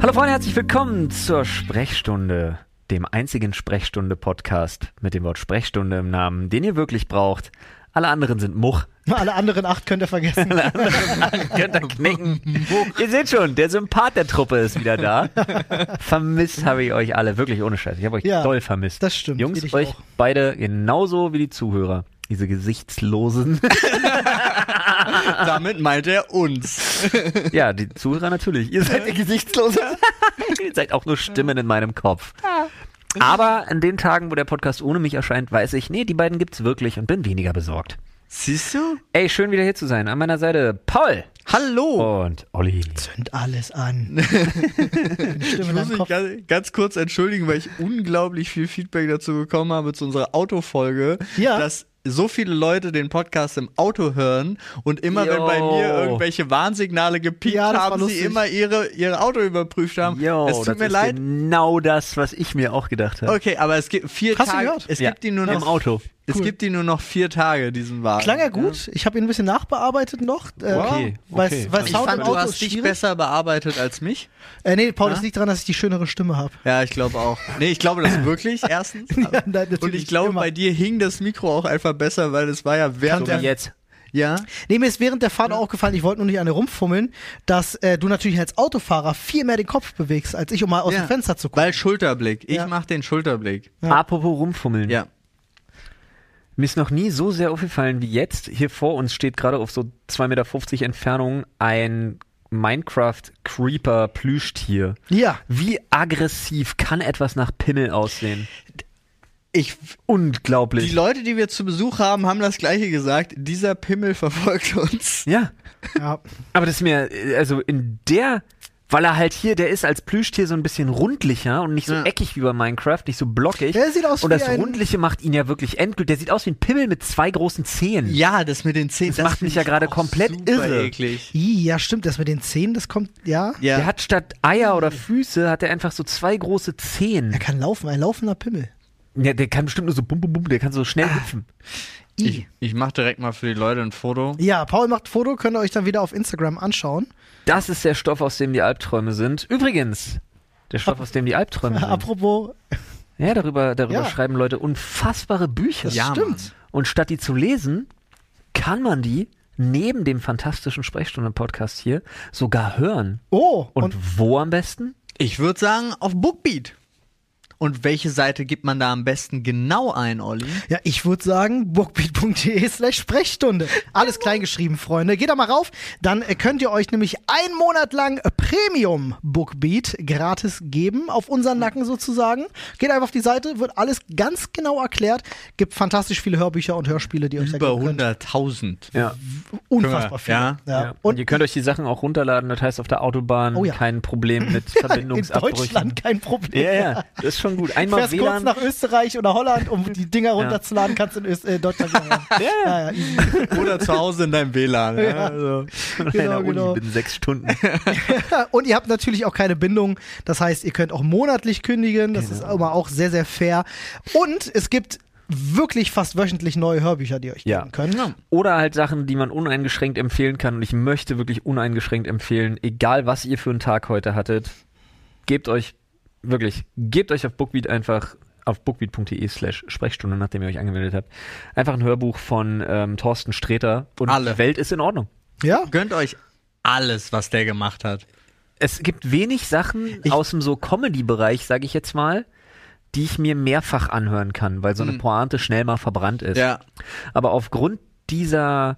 Hallo Freunde, herzlich willkommen zur Sprechstunde, dem einzigen Sprechstunde-Podcast mit dem Wort Sprechstunde im Namen, den ihr wirklich braucht. Alle anderen sind Much. Alle anderen acht könnt ihr vergessen. Alle anderen könnt ihr knicken. ihr seht schon, der Sympath der Truppe ist wieder da. vermisst habe ich euch alle, wirklich ohne Scheiß. Ich habe euch Ja, doll vermisst. das stimmt, Jungs, ich euch auch. beide genauso wie die Zuhörer. Diese gesichtslosen. Damit meint er uns. ja, die Zuhörer natürlich. Ihr seid die gesichtslosen. ihr seid auch nur Stimmen in meinem Kopf. Aber an den Tagen, wo der Podcast ohne mich erscheint, weiß ich, nee, die beiden gibt's wirklich und bin weniger besorgt. Siehst du? Ey, schön wieder hier zu sein. An meiner Seite Paul Oh. Hallo. und Olli. Zünd alles an. Eine Stimme in Ich muss deinem mich Kopf. ganz, ganz kurz entschuldigen, weil ich unglaublich viel Feedback dazu bekommen habe zu unserer Autofolge, Ja. dass so viele Leute den Podcast im Auto hören und immer wenn Yo. bei mir irgendwelche Warnsignale gepiekt Ja, das war haben, sie lustig. immer ihre, ihr Auto überprüft haben. Jo, es tut das mir ist leid. genau das, was ich mir auch gedacht habe. Okay, aber es gibt vier Hast du Tage. gehört? Es Ja, gibt ihn nur noch im Auto. Es Cool. gibt ihn nur noch vier Tage diesen Wagen. Klang ja gut. Ich habe ihn ein bisschen nachbearbeitet noch. Äh, Okay, Weil, okay. weil Also ich Sound fand, im du Auto hast ist dich schwierig. besser bearbeitet als mich. Äh, nee, Paul, das liegt daran, dass ich die schönere Stimme habe. Ja, ich glaube auch. Nee, ich glaube das wirklich, erstens. nein, natürlich, und ich glaube, immer. bei dir hing das Mikro auch einfach besser, weil es war ja So während wie der... jetzt. Ja? Nee, mir ist während der Fahrt auch aufgefallen, ich wollte nur nicht eine rumfummeln, dass äh, du natürlich als Autofahrer viel mehr den Kopf bewegst, als ich, um mal aus ja. dem Fenster zu gucken. Weil Schulterblick. Ich Ja. mach den Schulterblick. Ja. Apropos rumfummeln. Ja. Mir ist noch nie so sehr aufgefallen wie jetzt. Hier vor uns steht gerade auf so 2,50 Meter Entfernung ein Minecraft-Creeper-Plüschtier. Ja. Wie aggressiv kann etwas nach Pimmel aussehen? Ich, die Unglaublich. Leute, die wir zu Besuch haben, haben das gleiche gesagt. Dieser Pimmel verfolgt uns. ja, Ja. aber das ist mir, äh, also in der, weil er halt hier, der ist als Plüschtier so ein bisschen rundlicher und nicht so Ja. eckig wie bei Minecraft, nicht so blockig. Der sieht aus und wie das ein- Rundliche macht ihn ja wirklich endgültig. Der sieht aus wie ein Pimmel mit zwei großen Zähnen. Ja, das mit den Zähnen. Das macht find mich ja ich gerade auch komplett super irre. Eklig. Ih, ja, stimmt, das mit den Zähnen, das kommt, ja. Ja. Der hat statt Eier oder Füße, hat er einfach so zwei große Zehen. Er kann laufen, ein laufender Pimmel. Ja, der kann bestimmt nur so bum bum bum, der kann so schnell hüpfen. Ih. ich, ich mach direkt mal für die Leute ein Foto. Ja, Paul macht Foto, könnt ihr euch dann wieder auf Instagram anschauen. Das ist der Stoff, aus dem die Albträume sind. Übrigens, der Stoff, aus dem die Albträume sind. Apropos, Ja, darüber, darüber Ja. schreiben Leute unfassbare Bücher. Ja, stimmt. Und statt die zu lesen, kann man die neben dem fantastischen Sprechstunden-Podcast hier sogar hören. Oh, Und, und, wo am besten? Ich würde sagen, auf Bookbeat. Und welche Seite gibt man da am besten genau ein, Olli? ja, ich würde sagen, bookbeat.de slash Sprechstunde. Alles klein geschrieben, Freunde. Geht da mal rauf, dann äh, könnt ihr euch nämlich einen Monat lang Premium Bookbeat gratis geben, auf unseren Nacken sozusagen. Geht einfach auf die Seite, wird alles ganz genau erklärt. Gibt fantastisch viele Hörbücher und Hörspiele, die euch da Über geben könnt. 100.000. Ja. Unfassbar viele. Ja, ja. Und, Und ihr könnt euch die Sachen auch runterladen. Das heißt, auf der Autobahn Oh ja. kein Problem mit in Verbindungsabbrüchen. Deutschland kein Problem. Ja, ja, das ist schon gut. Einmal fährst kurz WLAN. nach Österreich oder Holland, um die Dinger runterzuladen, kannst in Öst äh, Deutschland wieder machen. ja, ja, easy. Oder zu Hause in deinem WLAN. Ja. Also. nach genau, einer genau. Uni binnen sechs Stunden. Und ihr habt natürlich auch keine Bindung. Das heißt, ihr könnt auch monatlich kündigen. Genau. Das ist immer auch sehr, sehr fair. Und es gibt wirklich fast wöchentlich neue Hörbücher, die ihr euch Ja. geben können. Oder halt Sachen, die man uneingeschränkt empfehlen kann. Und ich möchte wirklich uneingeschränkt empfehlen, egal was ihr für einen Tag heute hattet, gebt euch wirklich, gebt euch auf Bookbeat einfach auf bookbeat.de slash Sprechstunde, nachdem ihr euch angemeldet habt, einfach ein Hörbuch von ähm, Thorsten Sträter und Alle. die Welt ist in Ordnung. Ja. Gönnt euch alles, was der gemacht hat. Es gibt wenig Sachen aus dem so Comedy-Bereich, sage ich jetzt mal, die ich mir mehrfach anhören kann, weil so eine Pointe schnell mal verbrannt ist. Hm. Ja. Aber aufgrund dieser,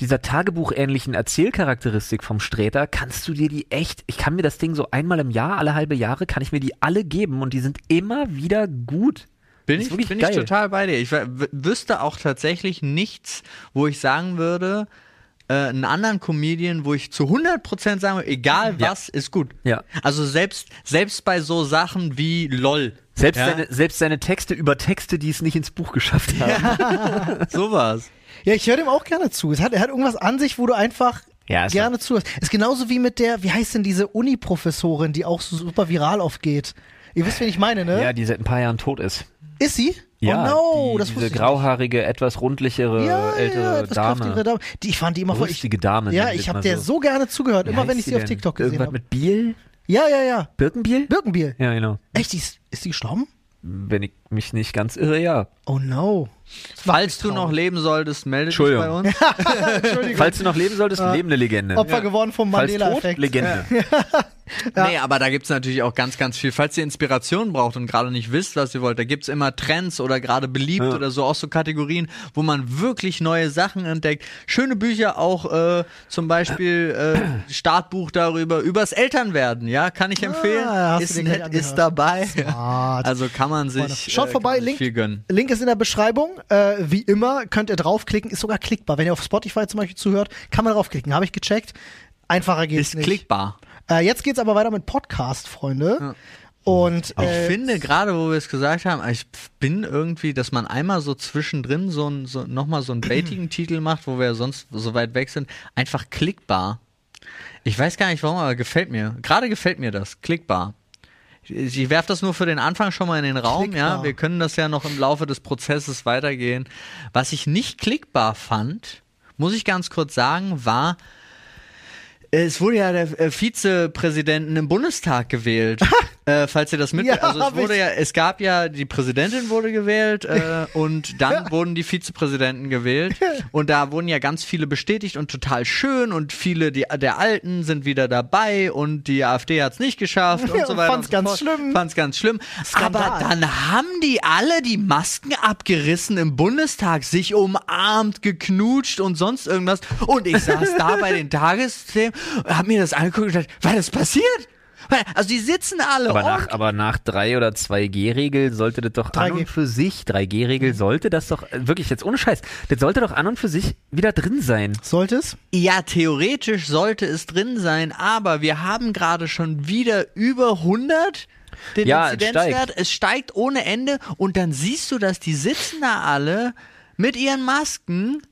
dieser tagebuchähnlichen Erzählcharakteristik vom Sträter kannst du dir die echt, ich kann mir das Ding so einmal im Jahr, alle halbe Jahre, kann ich mir die alle geben und die sind immer wieder gut. Bin, Das ist ich, wirklich bin geil. ich total bei dir. Ich w- w- wüsste auch tatsächlich nichts, wo ich sagen würde, äh, einen anderen Comedian, wo ich zu 100% sagen würde, egal Ja. was, ist gut. Ja. Also selbst, selbst bei so Sachen wie LOL. Selbst, ja, seine, selbst seine Texte über Texte, die es nicht ins Buch geschafft haben. Ja, sowas. Ja, ich höre dem auch gerne zu. Es hat, er hat irgendwas an sich, wo du einfach Ja, ist gerne zuhörst. Ist genauso wie mit der, wie heißt denn diese Uni-Professorin, die auch so super viral aufgeht. Ihr wisst, wen ich meine, ne? die seit ein paar Jahren tot ist. Ist sie? Ja, oh no, die, das diese wusste ich nicht. grauhaarige, etwas rundlichere, ja, ältere ja, etwas kräftigere Dame. Dame. Die, ich fand die immer voll. ich- Brüstige Dame, Ja, nennen wir ich es habe mal der so. so gerne zugehört, Wie immer wenn heißt ich sie die auf denn? TikTok gesehen Irgendwas habe. mit Biel? Ja, ja, ja. Birkenbiel? Birkenbiel. Ja, genau. Echt, die ist, ist die gestorben? Wenn ich mich nicht ganz irre, ja. Oh no. Falls du noch leben solltest, melde dich Entschuldigung. bei uns. Falls du noch leben solltest, lebende Legende. Äh, Opfer geworden vom Falls tot, Mandela-Effekt. Legende. Nee, aber da gibt's natürlich auch ganz, ganz viel. Falls ihr Inspiration braucht und gerade nicht wisst, was ihr wollt, da gibt's immer Trends oder gerade beliebt Ja. oder so, auch so Kategorien, wo man wirklich neue Sachen entdeckt. Schöne Bücher auch, äh, zum Beispiel äh, Startbuch darüber, übers Elternwerden, ja, kann ich empfehlen. Ah, hast du ist dir nett, gleich ist angehört. dabei. Smart. Also kann man sich, Schaut äh, vorbei, kann man sich Link, viel gönnen. Link ist in der Beschreibung. Äh, wie immer könnt ihr draufklicken, ist sogar klickbar. Wenn ihr auf Spotify zum Beispiel zuhört, kann man draufklicken. Habe ich gecheckt. Einfacher geht's Ist nicht. klickbar. Äh, jetzt geht's aber weiter mit Podcast, Freunde. Und Ich äh, finde gerade, wo wir es gesagt haben, ich bin irgendwie, dass man einmal so zwischendrin so, ein, so nochmal so einen baitigen Titel macht, wo wir ja sonst so weit weg sind, einfach klickbar. Ich weiß gar nicht warum, aber gefällt mir. Gerade gefällt mir das, klickbar. Ich, ich werfe das nur für den Anfang schon mal in den Raum, ja. Klickbar. Wir können das ja noch im Laufe des Prozesses weitergehen. Was ich nicht klickbar fand, muss ich ganz kurz sagen, war, es wurde ja der äh, Vizepräsidenten im Bundestag gewählt. äh, falls ihr das mit, Ja, also es hab wurde ich. ja, es gab ja die Präsidentin wurde gewählt äh, und dann wurden die Vizepräsidenten gewählt und da wurden ja ganz viele bestätigt und total schön und viele die, der Alten sind wieder dabei und die AfD hat es nicht geschafand und so Und weiter. fand's und so ganz fort. schlimm. Fand's ganz schlimm. Skandal. Aber dann haben die alle die Masken abgerissen im Bundestag, sich umarmt, geknutscht und sonst irgendwas. Und ich saß da bei den Tagesthemen, hab mir das angeguckt und dachte, was ist passiert? Also die sitzen alle Aber ordentlich nach, aber nach 3 oder 2G-Regel sollte das doch 3G. an und für sich, 3G-Regel sollte das doch, äh, wirklich jetzt ohne Scheiß, das sollte doch an und für sich wieder drin sein. sollte es? Ja, theoretisch sollte es drin sein, aber wir haben gerade schon wieder über 100 den Ja, es Inzidenzwert. Es steigt. ohne Ende und dann siehst du, dass die sitzen da alle mit ihren Masken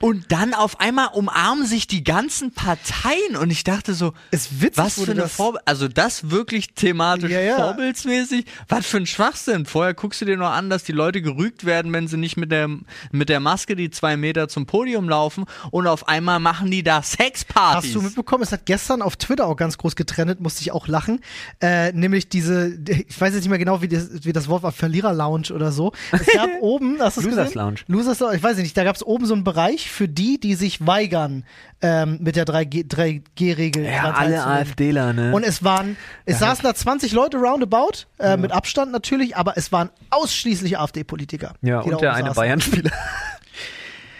und dann auf einmal umarmen sich die ganzen Parteien und ich dachte so, Ist witzig, was wo für du eine das- Vorbild, also das wirklich thematisch Ja, ja. vorbildsmäßig, was für ein Schwachsinn. Vorher guckst du dir nur an, dass die Leute gerügt werden, wenn sie nicht mit der, mit der Maske die zwei Meter zum Podium laufen und auf einmal machen die da Sexpartys. Hast du mitbekommen, es hat gestern auf Twitter auch ganz groß getrennt, musste ich auch lachen. Äh, nämlich diese, ich weiß jetzt nicht mehr genau, wie das, wie das Wort war, Verlierer-Lounge oder so. Es gab oben, hast du es Losers gesehen? Lounge. Losers Lounge, ich weiß nicht, da gab es oben so einen Bereich für die, die sich weigern, ähm, mit der 3G 3G-Regel. Ja, dran alle teilzunehmen. AfDler, ne? Und es waren, es saßen da 20 Leute roundabout, äh, mit Abstand natürlich, aber es waren ausschließlich AfD-Politiker. ja, die da und der oben eine saßen. Bayern-Spieler.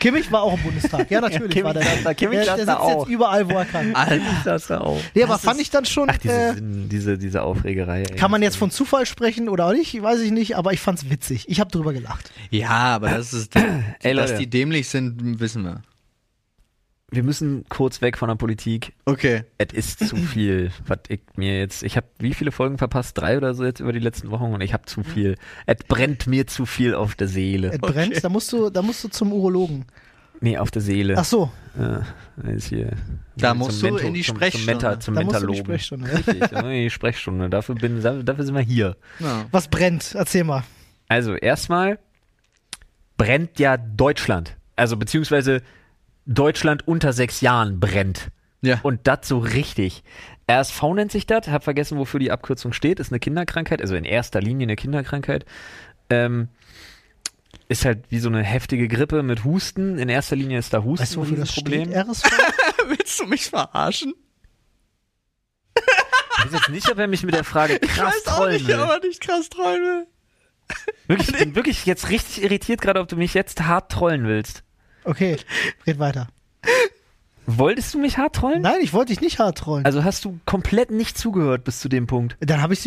Kimmich war auch im Bundestag, ja natürlich Kimmich war der saß da, Kimmich der, saß der sitzt da auch. jetzt überall, wo er kann. Alter, das auch. Ja, aber fand ich dann schon. Ach, diese, äh, diese, diese Aufregerei. ey. Kann man jetzt von Zufall sprechen oder auch nicht? Weiß ich nicht, aber ich fand's witzig. Ich habe drüber gelacht. ja, aber das ist, Ey, dass Leute. die dämlich sind, wissen wir. Wir müssen kurz weg von der Politik. Okay. Es ist zu viel, was ich mir jetzt. Ich habe wie viele Folgen verpasst? Drei oder so jetzt über die letzten Wochen und ich habe zu viel. Es brennt mir zu viel auf der Seele. Es brennt, da musst du, da musst du zum Urologen. Nee, auf der Seele. Ach so, Äh, ist hier. Da Zum musst du in die zum, zum, Sprechstunde. Mentor, zum Da musst du in die Mentallogen. Sprechstunde, ja. Richtig, ja, in die Sprechstunde. Dafür, bin, dafür sind wir hier. Ja. was brennt? Erzähl mal. Also erstmal brennt ja Deutschland. Also beziehungsweise Deutschland unter sechs Jahren brennt. Ja. Und das so richtig. RSV nennt sich das, hab vergessen, wofür die Abkürzung steht, ist eine Kinderkrankheit, also in erster Linie eine Kinderkrankheit. Ähm, ist halt wie so eine heftige Grippe mit Husten. In erster Linie ist da Husten Weißt du, ein wofür das Problem. Problem? steht? RSV? Willst du mich verarschen? Ich weiß jetzt nicht, ob er mich mit der Frage krass ich weiß auch trollen nicht, will. aber nicht krass trollen will. Wirklich, ich bin wirklich jetzt richtig irritiert gerade, ob du mich jetzt hart trollen willst. Okay, red weiter. Wolltest du mich hart trollen? Nein, ich wollte dich nicht hart trollen. Also hast du komplett nicht zugehört bis zu dem Punkt. Dann habe ich's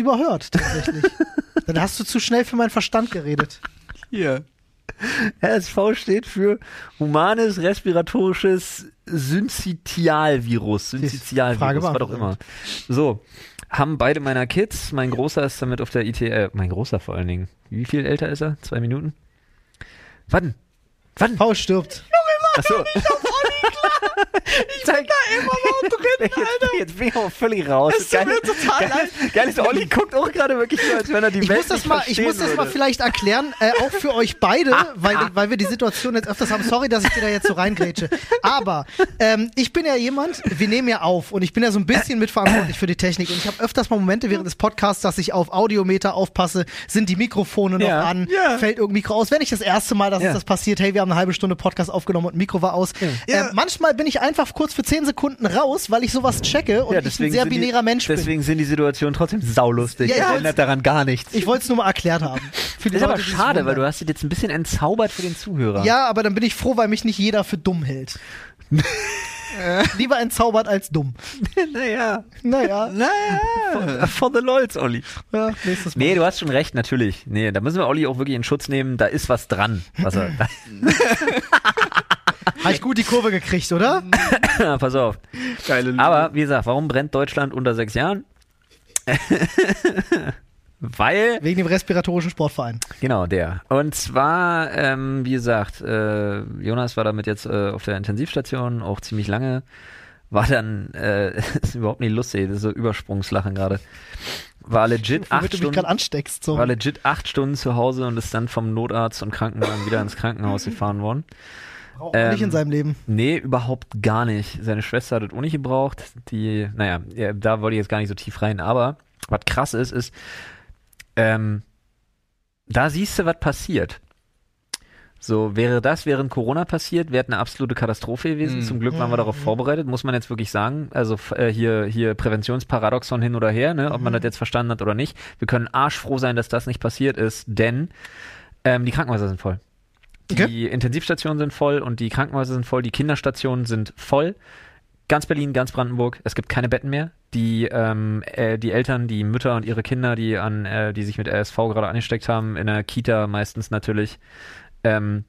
überhört, tatsächlich. Dann hast du zu schnell für meinen Verstand geredet. Hier. RSV steht für humanes respiratorisches Syncytialvirus. Syncytialvirus, Frage was auch immer. beantwortet. So, haben beide meiner Kids, mein Großer ist damit auf der IT, äh, mein Großer vor allen Dingen. Wie viel älter ist er? Zwei Minuten? Wann? Wann? Paul stirbt. Achso. Zeig, Immer noch drin. jetzt, jetzt bin ich aber völlig raus. Es tut mir total geil, geil ist, Olli guckt auch gerade wirklich so, als wenn er die Ich Welt muss das nicht mal, ich verstehen muss das mal würde. vielleicht erklären, äh, auch für euch beide, weil, weil wir die Situation jetzt öfters haben. Sorry, dass ich dir da jetzt so reingrätsche. Aber ähm, ich bin ja jemand, wir nehmen ja auf und ich bin ja so ein bisschen mitverantwortlich für die Technik. Und ich habe öfters mal Momente während des Podcasts, dass ich auf Audiometer aufpasse, sind die Mikrofone noch Ja. an, Ja. fällt irgendein Mikro aus. Wenn ich das erste Mal, dass Ja. es das passiert, hey, wir haben eine halbe Stunde Podcast aufgenommen und ein Mikro war aus. Ja. Äh, manchmal bin ich einfach kurz für zehn Sekunden raus, weil ich sowas checke und ich ein sehr sind die- binärer Mensch bin. Deswegen sind die Situationen trotzdem saulustig. Ja, ja, Das und- ändert daran gar nichts. Ich wollte es nur mal erklärt haben. Für die ist aber Leute, die sich schade, weil wundern. du hast es jetzt ein bisschen entzaubert für den Zuhörer. Ja, aber dann bin ich froh, weil mich nicht jeder für dumm hält. Lieber entzaubert als dumm. naja. Naja, Naja. For the lols, Olli. ja, nächstes Mal. Nee, du hast schon recht, natürlich. Nee, da müssen wir Olli auch wirklich in Schutz nehmen. Da ist was dran. Was er, Habe ich gut die Kurve gekriegt, oder? pass auf. Geile Lüge. Aber wie gesagt, warum brennt Deutschland unter sechs Jahren? Weil, Wegen dem respiratorischen Sportverein. genau, der. Und zwar, ähm, wie gesagt, äh, Jonas war damit jetzt äh, auf der Intensivstation auch ziemlich lange. War dann, äh, ist überhaupt nicht lustig, das ist so Übersprungslachen gerade. War legit Womit acht du mich Stunden. gerade ansteckst. So. War legit acht Stunden zu Hause und ist dann vom Notarzt und Krankenwagen wieder ins Krankenhaus gefahren worden. Braucht man nicht ähm, in seinem Leben. Nee, überhaupt gar nicht. Seine Schwester hat es auch nicht gebraucht. Die, naja, ja, da wollte ich jetzt gar nicht so tief rein. Aber was krass ist, ist, ähm, da siehst du, was passiert. So, wäre das während Corona passiert, wäre eine absolute Katastrophe gewesen. Mhm. Zum Glück waren wir darauf vorbereitet, muss man jetzt wirklich sagen. Also f- äh, hier, hier Präventionsparadoxon hin oder her, ne, ob man das jetzt verstanden hat oder nicht. Wir können arschfroh sein, dass das nicht passiert ist, denn ähm, die Krankenhäuser sind voll. Die Intensivstationen sind voll und die Krankenhäuser sind voll, die Kinderstationen sind voll. Ganz Berlin, ganz Brandenburg, es gibt keine Betten mehr. Die, ähm, äh, die Eltern, die Mütter und ihre Kinder, die an, äh, die sich mit RSV gerade angesteckt haben, in der Kita meistens natürlich, ähm,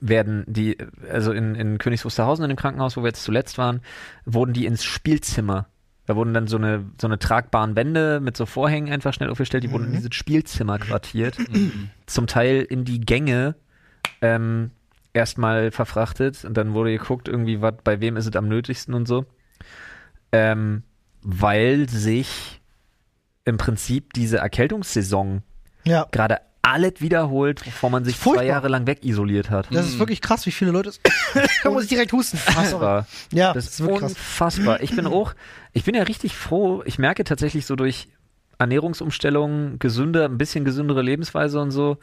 werden die, also in, in Königs Wusterhausen in dem Krankenhaus, wo wir jetzt zuletzt waren, wurden die ins Spielzimmer. Da wurden dann so eine, so eine tragbaren Wände mit so Vorhängen einfach schnell aufgestellt, die wurden in dieses Spielzimmer quartiert zum Teil in die Gänge ähm, erstmal verfrachtet und dann wurde geguckt, irgendwie, wat, bei wem ist es am nötigsten und so. Ähm, weil sich im Prinzip diese Erkältungssaison Ja. gerade alles wiederholt, wovor man sich Furchtbar. zwei Jahre lang wegisoliert hat. Das ist wirklich krass, wie viele Leute es. da muss ich direkt husten. Ach, sorry. War- Ja, das das ist ist wirklich krass. unfassbar. Ich bin auch, ich bin ja richtig froh. Ich merke tatsächlich so durch Ernährungsumstellungen, gesünder, ein bisschen gesündere Lebensweise und so.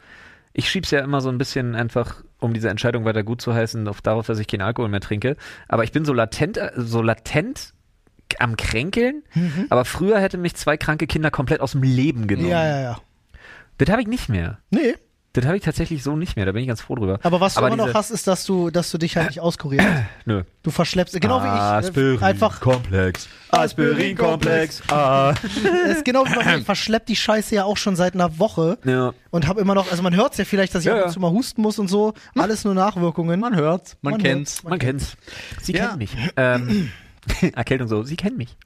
Ich schieb's ja immer so ein bisschen einfach, um diese Entscheidung weiter gut zu heißen, auf darauf, dass ich keinen Alkohol mehr trinke. Aber ich bin so latent, äh, so latent am Kränkeln. Aber früher hätte mich zwei kranke Kinder komplett aus dem Leben genommen. Mhm. Ja, ja, ja. Das habe ich nicht mehr. Nee, Das habe ich tatsächlich so nicht mehr. Da bin ich ganz froh drüber. aber was du immer noch diese- hast, ist, dass du, dass du dich halt nicht auskurierst. Nö. Du verschleppst, genau wie ich. ne? Einfach, Komplex. Aspirin-Komplex. Ah. das ist genau wie bei mir. Ich verschlepp die Scheiße ja auch schon seit einer Woche. Ja. und habe immer noch, also man hört es ja vielleicht, dass ich Ja, ab ja. und zu mal husten muss und so. Alles nur Nachwirkungen. Man hört's, man, Man kennt's. Man kennt's. Sie Ja. kennen mich. Ähm, Erkältung so, sie kennen mich.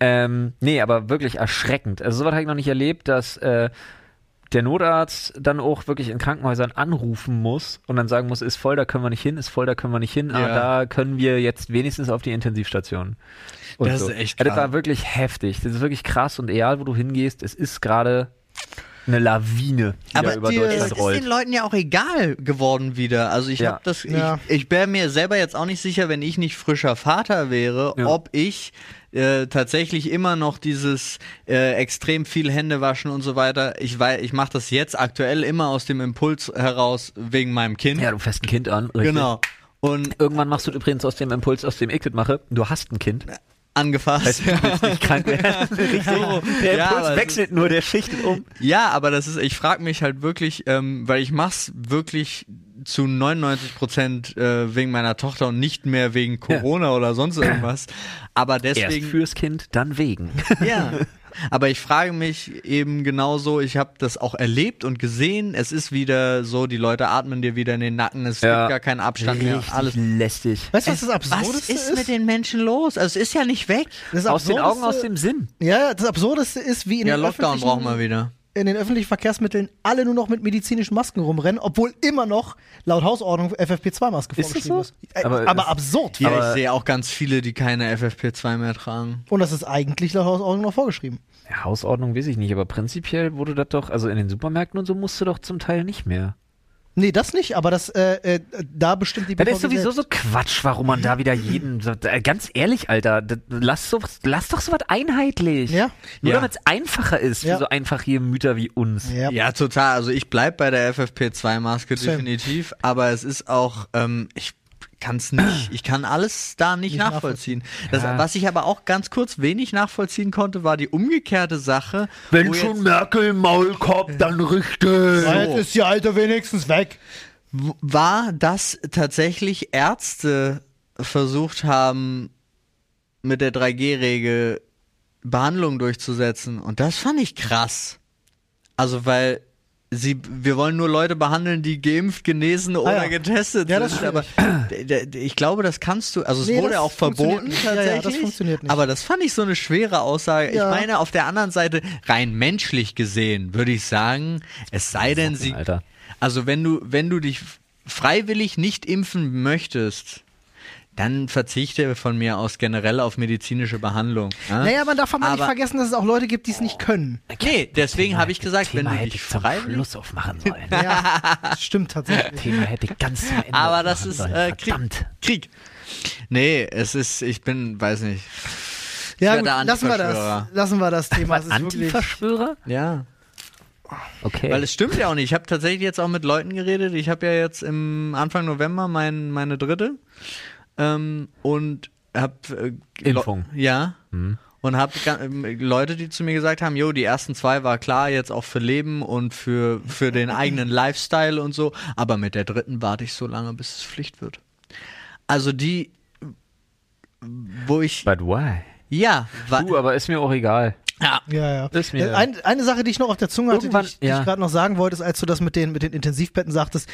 ähm, nee, aber wirklich erschreckend. Also sowas habe ich noch nicht erlebt, dass äh, der Notarzt dann auch wirklich in Krankenhäusern anrufen muss und dann sagen muss, ist voll, da können wir nicht hin, ist voll, da können wir nicht hin, aber Ja. da können wir jetzt wenigstens auf die Intensivstation. Und Das ist echt Ja, Das krass. war wirklich heftig. Das ist wirklich krass und egal, wo du hingehst, es ist gerade eine Lawine, die da über dir- äh, es Deutschland ist den rollt. Leuten ja auch egal geworden wieder. Also ich Ja. habe das, ich, Ja. ich wäre mir selber jetzt auch nicht sicher, wenn ich nicht frischer Vater wäre, Ja. ob ich äh, tatsächlich immer noch dieses äh, extrem viel Hände waschen und so weiter. Ich weiß, ich mache das jetzt aktuell immer aus dem Impuls heraus wegen meinem Kind. Ja, du fährst ein Kind an. Richtig. genau. Und Irgendwann machst du übrigens aus dem Impuls, aus dem ich das mache, du hast ein Kind. angefasst. Ja. nicht krank werden. So. Der Ja, Impuls aber es wechselt nur, der schichtet um. Ja, aber das ist, ich frage mich halt wirklich, ähm, weil ich mach's wirklich zu 99 Prozent äh, wegen meiner Tochter und nicht mehr wegen Corona oder sonst irgendwas. Aber Erst deswegen, fürs Kind, dann wegen. ja. Aber ich frage mich eben genauso, ich habe das auch erlebt und gesehen. Es ist wieder so, die Leute atmen dir wieder in den Nacken, es Ja. gibt gar keinen Abstand mehr. Richtig Alles. lästig. Weißt du, was das Absurdeste ist mit den Menschen los? Also es ist ja nicht weg. Das Aus den Absurdeste- Augen, aus dem Sinn. Ja, das Absurdeste ist, wie in Ja, den Lockdown öffentlichen- brauchen wir wieder. in den öffentlichen Verkehrsmitteln alle nur noch mit medizinischen Masken rumrennen, obwohl immer noch laut Hausordnung FFP2-Maske Ist das vorgeschrieben so? ist. Äh, Aber Aber, es- absurd. Ja, Aber- ich sehe auch ganz viele, die keine FFP2 mehr tragen. Und das ist eigentlich laut Hausordnung noch vorgeschrieben. Ja, Hausordnung weiß ich nicht, aber prinzipiell wurde das doch, also in den Supermärkten und so musste doch zum Teil nicht mehr. Nee, das nicht, aber das, äh, äh, da bestimmt die Das ist BVG sowieso selbst. so Quatsch, warum man da wieder jeden. So, äh, ganz ehrlich, Alter, das- lass, so, lass doch sowas einheitlich. Ja. Nur Ja. damit es einfacher ist Ja. für so einfache Mütter wie uns. Ja. Ja, total. Also ich bleib bei der FFP2-Maske Same. definitiv, aber es ist auch, ähm, ich kann's nicht, ich kann alles da nicht, Nicht nachvollziehen. Ja. Das, was ich aber auch ganz kurz wenig nachvollziehen konnte, war die umgekehrte Sache. wo jetzt- Äh. Merkel Maulkorb, dann richtig. Ja, so. Jetzt ist die Alte wenigstens weg. w- war, dass tatsächlich Ärzte versucht haben, mit der 3G-Regel Behandlung durchzusetzen. Und das fand ich krass. Also, weil sie, wir wollen nur Leute behandeln, die geimpft, genesen oder Ah, ja. getestet Ja, das sind. stimmt. Aber d- d- d- ich glaube, das kannst du, also es Nee, wurde das auch funktioniert verboten nicht. Ja, ja, das tatsächlich. funktioniert nicht. Aber das fand ich so eine schwere Aussage. Ja. Ich meine, auf der anderen Seite, rein menschlich gesehen, würde ich sagen, es sei denn, sie, Alter. also wenn du, wenn du dich freiwillig nicht impfen möchtest, dann verzichte von mir aus generell auf medizinische Behandlung. ne? ja? Naja, man darf aber nicht Aber- vergessen, dass es auch Leute gibt, die es nicht können. Nee, deswegen habe ich gesagt, wenn Thema du hätte dich ich zum freiwillig. Schluss aufmachen sollen. Ja, das stimmt tatsächlich. Thema hätte ich ganz zum Ende Aber das aufmachen ist sollen. äh, Krieg, Verdammt. Krieg. Nee, es ist, ich bin, weiß nicht. Ja, Ja, gut, der lassen wir das. Antiverschwörer. Lassen wir das Thema. Es Was, ist wirklich, Antiverschwörer? Ja. Okay. Weil es stimmt ja auch nicht. Ich habe tatsächlich jetzt auch mit Leuten geredet. Ich habe ja jetzt im Anfang November mein, meine dritte ähm, und habe äh, Impfung. Mhm. Leu- Ja. Und habe Leute, die zu mir gesagt haben, jo, die ersten zwei war klar, jetzt auch für Leben und für, für den eigenen Lifestyle und so. Aber mit der dritten warte ich so lange, bis es Pflicht wird. Also die, wo ich, But why? ja, wa- Du, äh, aber ist mir auch egal. ja, Ja, ja. Ist mir- Äh, Ein, eine Sache, die ich noch auf der Zunge hatte, die Irgendwann- ich, die ja. ich gerade noch sagen wollte, ist, als du das mit den, mit den Intensivbetten sagtest,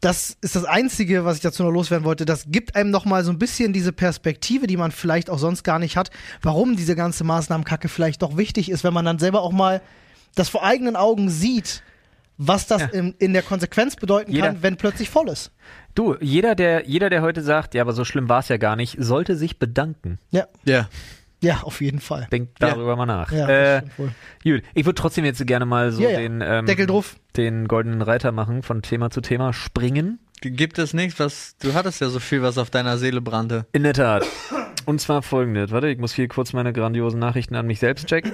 das ist das Einzige, was ich dazu noch loswerden wollte. Das gibt einem nochmal so ein bisschen diese Perspektive, die man vielleicht auch sonst gar nicht hat, warum diese ganze Maßnahmenkacke vielleicht doch wichtig ist, wenn man dann selber auch mal das vor eigenen Augen sieht, was das Ja. in, in der Konsequenz bedeuten Jeder- kann, wenn plötzlich voll ist. Du, jeder der, jeder, der heute sagt, ja, aber so schlimm war es ja gar nicht, sollte sich bedanken. Ja, ja. ja, auf jeden Fall. Denkt Ja. darüber mal nach. Ja, das äh, stimmt wohl. gut, ich würde trotzdem jetzt gerne mal so Ja, ja. den ähm, Deckel drauf. den goldenen Reiter machen, von Thema zu Thema springen. Gibt es nichts, was, du hattest ja so viel, was auf deiner Seele brannte. In der Tat. Und zwar folgendes. Warte, ich muss hier kurz meine grandiosen Nachrichten an mich selbst checken.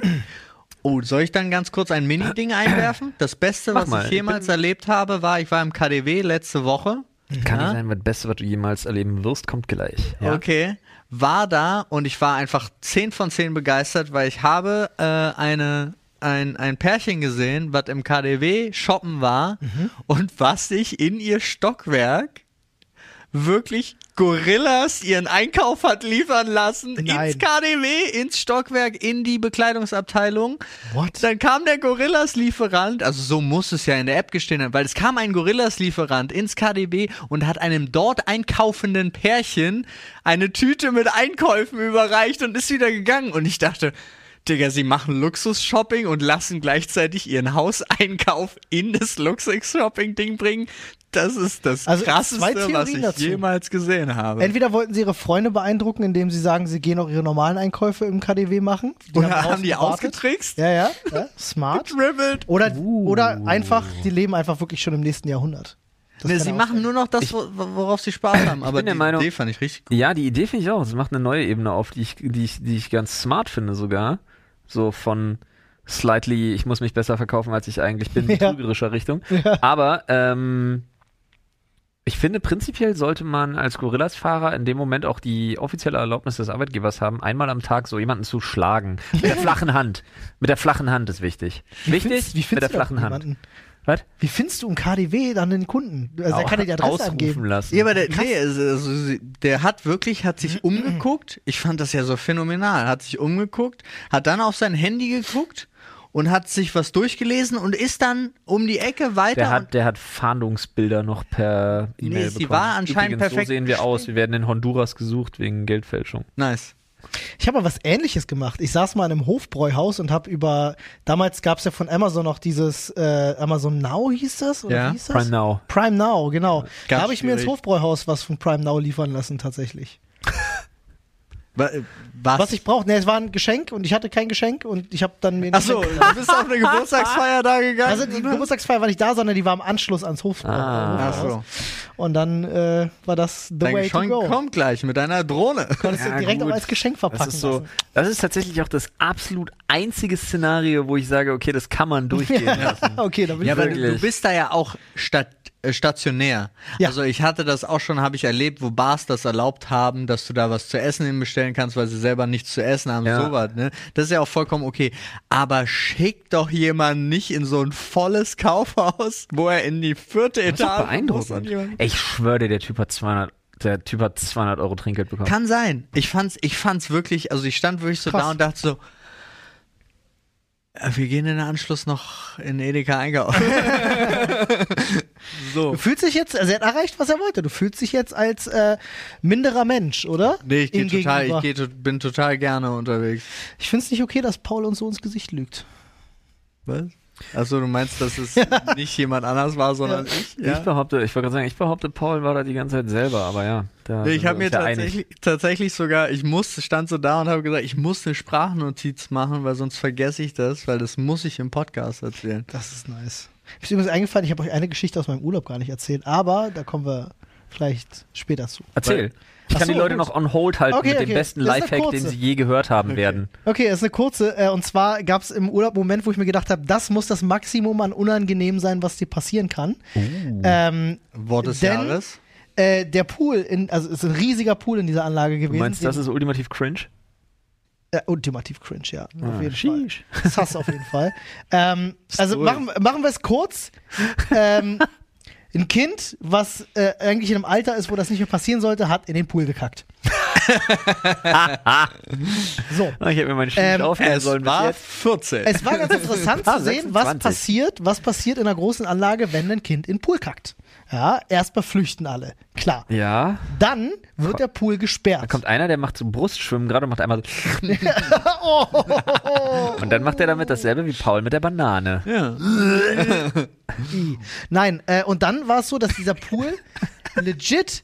Oh, soll ich dann ganz kurz ein Mini-Ding einwerfen? Das Beste, Mach was mal, ich ich jemals erlebt habe, war, ich war im KDW letzte Woche. Kann Ja? nicht sein, weil das Beste, was du jemals erleben wirst, kommt gleich. Ja? Okay. War da und ich war einfach 10 von 10 begeistert, weil ich habe äh, eine, ein, ein Pärchen gesehen, was im KDW shoppen war Mhm. und was sich in ihr Stockwerk wirklich Gorillas ihren Einkauf hat liefern lassen Nein. ins KDW, ins Stockwerk, in die Bekleidungsabteilung. What? Dann kam der Gorillas-Lieferant, also so muss es ja in der App gestehen haben, weil es kam ein Gorillas-Lieferant ins KDB und hat einem dort einkaufenden Pärchen eine Tüte mit Einkäufen überreicht und ist wieder gegangen. Und ich dachte, Digga, sie machen Luxus-Shopping und lassen gleichzeitig ihren Hauseinkauf in das Luxus-Shopping-Ding bringen. Das ist das Also, zwei krasseste, Theorien was ich dazu. jemals gesehen habe. Entweder wollten sie ihre Freunde beeindrucken, indem sie sagen, sie gehen auch ihre normalen Einkäufe im KDW machen. Die Oder draußen haben die gewartet. ausgetrickst? Ja, ja, ja. Smart. Dribbelt. Oder, oder einfach, die leben einfach wirklich schon im nächsten Jahrhundert. Das Ne, kann sie auch machen sein. nur noch das, wo- worauf sie Spaß haben. Aber bin der die Meinung- Idee fand ich richtig gut. Ja, die Idee finde ich auch. Es macht eine neue Ebene auf, die ich, die ich, die ich ganz smart finde sogar. So von slightly, ich muss mich besser verkaufen, als ich eigentlich bin, Ja. betrügerischer Richtung. Aber ähm, ich finde, prinzipiell sollte man als Gorillas-Fahrer in dem Moment auch die offizielle Erlaubnis des Arbeitgebers haben, einmal am Tag so jemanden zu schlagen. Mit der flachen Hand. Mit der flachen Hand ist wichtig. wichtig? Findest- wie mit findest der du flachen da Hand. jemanden? Was? Wie findest du im KDW dann den Kunden? Also, er kann dir die Adresse Ausrufen angeben. lassen. Ja, aber der, nee, es- also, sie- der hat wirklich, hat sich umgeguckt. Ich fand das ja so phänomenal. Hat sich umgeguckt, hat dann auf sein Handy geguckt und hat sich was durchgelesen und ist dann um die Ecke weiter. Der Genau. und, hat, der hat Fahndungsbilder noch per Nee, E-Mail sie bekommen. war anscheinend Übrigens, perfekt so sehen wir aus. Wir werden in Honduras gesucht wegen Geldfälschung. nice. Ich habe mal was ähnliches gemacht. Ich saß mal in einem Hofbräuhaus und habe über, damals gab es ja von Amazon noch dieses, äh, Amazon Now hieß das? Oder Ja, wie hieß das? Prime Now. Prime Now, genau. da Ganz habe ich mir ins schwierig. Hofbräuhaus was von Prime Now liefern lassen tatsächlich. Wa- äh, Was? Was ich brauchte, ne, es war ein Geschenk und ich hatte kein Geschenk und ich habe dann mir... Achso, du bist auf eine Geburtstagsfeier da gegangen. Also die Geburtstagsfeier war nicht da, sondern die war im Anschluss ans Hofbräuhaus. Ah. Ach so. Und dann äh, war das the Dein way to Geschenk go. kommt gleich mit einer Drohne. Konntest du Ja, direkt gut. auch als Geschenk verpacken Das ist so, lassen. das ist tatsächlich auch das absolut einzige Szenario, wo ich sage, okay, das kann man durchgehen lassen. okay, da bin Ja, ich aber du, Wirklich. du bist da ja auch stat äh, stationär. Ja. Also ich hatte das auch schon, habe ich erlebt, wo Bars das erlaubt haben, dass du da was zu essen hinbestellen kannst, weil sie selber nichts zu essen haben, Ja. sowas. Ne? Das ist ja auch vollkommen okay. Aber schick doch jemanden nicht in so ein volles Kaufhaus, wo er in die vierte Das ist doch Etage muss und beeindruckend. jemand- Ey, Ich schwöre dir, der Typ hat 200, der Typ hat 200 Euro Trinkgeld bekommen. Kann sein. Ich fand's, ich fand's wirklich, also ich stand wirklich so Krass. da und dachte so, äh, wir gehen in den Anschluss noch in Edeka einkaufen. so. Du fühlst dich jetzt, also er hat erreicht, was er wollte. Du fühlst dich jetzt als äh, minderer Mensch, oder? Nee, ich gehe Ihm total, ich gegenüber. geh, to- bin total gerne unterwegs. Ich finde es nicht okay, dass Paul uns so ins Gesicht lügt. Was? Achso, du meinst, dass es nicht jemand anders war, sondern ich? Ich Ja. behaupte, ich wollte gerade sagen, ich behaupte, Paul war da die ganze Zeit selber, aber ja. Da Nee, sind ich wir also habe mir uns ja einig. tatsächlich, tatsächlich sogar, ich musste, stand so da und habe gesagt, ich muss eine Sprachnotiz machen, weil sonst vergesse ich das, weil das muss ich im Podcast erzählen. Das ist nice. Mir ist übrigens eingefallen, ich habe euch eine Geschichte aus meinem Urlaub gar nicht erzählt, aber da kommen wir vielleicht später zu. Erzähl. Ich Ach kann so, die Leute gut. noch on hold halten Okay, mit dem okay. besten Das ist eine Lifehack, den kurze. sie je gehört haben werden. Okay, das ist eine kurze. Äh, und zwar gab es im Urlaub einen Moment, wo ich mir gedacht habe, das muss das Maximum an unangenehm sein, was dir passieren kann. Ähm, Wort des Denn- Jahres? äh, der Pool, in, also es ist ein riesiger Pool in dieser Anlage gewesen. Du meinst, das den- ist ultimativ cringe? äh, ultimativ cringe, ja. auf Ah, jeden Fall. sheesh. Sass auf jeden Fall. Ähm, also durch. machen, machen wir es kurz. Ähm, ein Kind, was äh, eigentlich in einem Alter ist, wo das nicht mehr passieren sollte, hat in den Pool gekackt. so. Ah, ich hätte mir meinen Schild Ähm, Äh, aufhören sollen. bis jetzt. 14. Es war ganz interessant Ah, zu sehen, was 26. passiert, was passiert in einer großen Anlage, wenn ein Kind in den Pool kackt. Ja, erstmal flüchten alle. Klar. Ja, Dann wird der Pool gesperrt. da kommt einer, der macht so Brustschwimmen gerade und macht einmal so. Oh. und dann macht er damit dasselbe wie Paul mit der Banane. ja. I. Nein, äh, und dann war es so, dass dieser Pool legit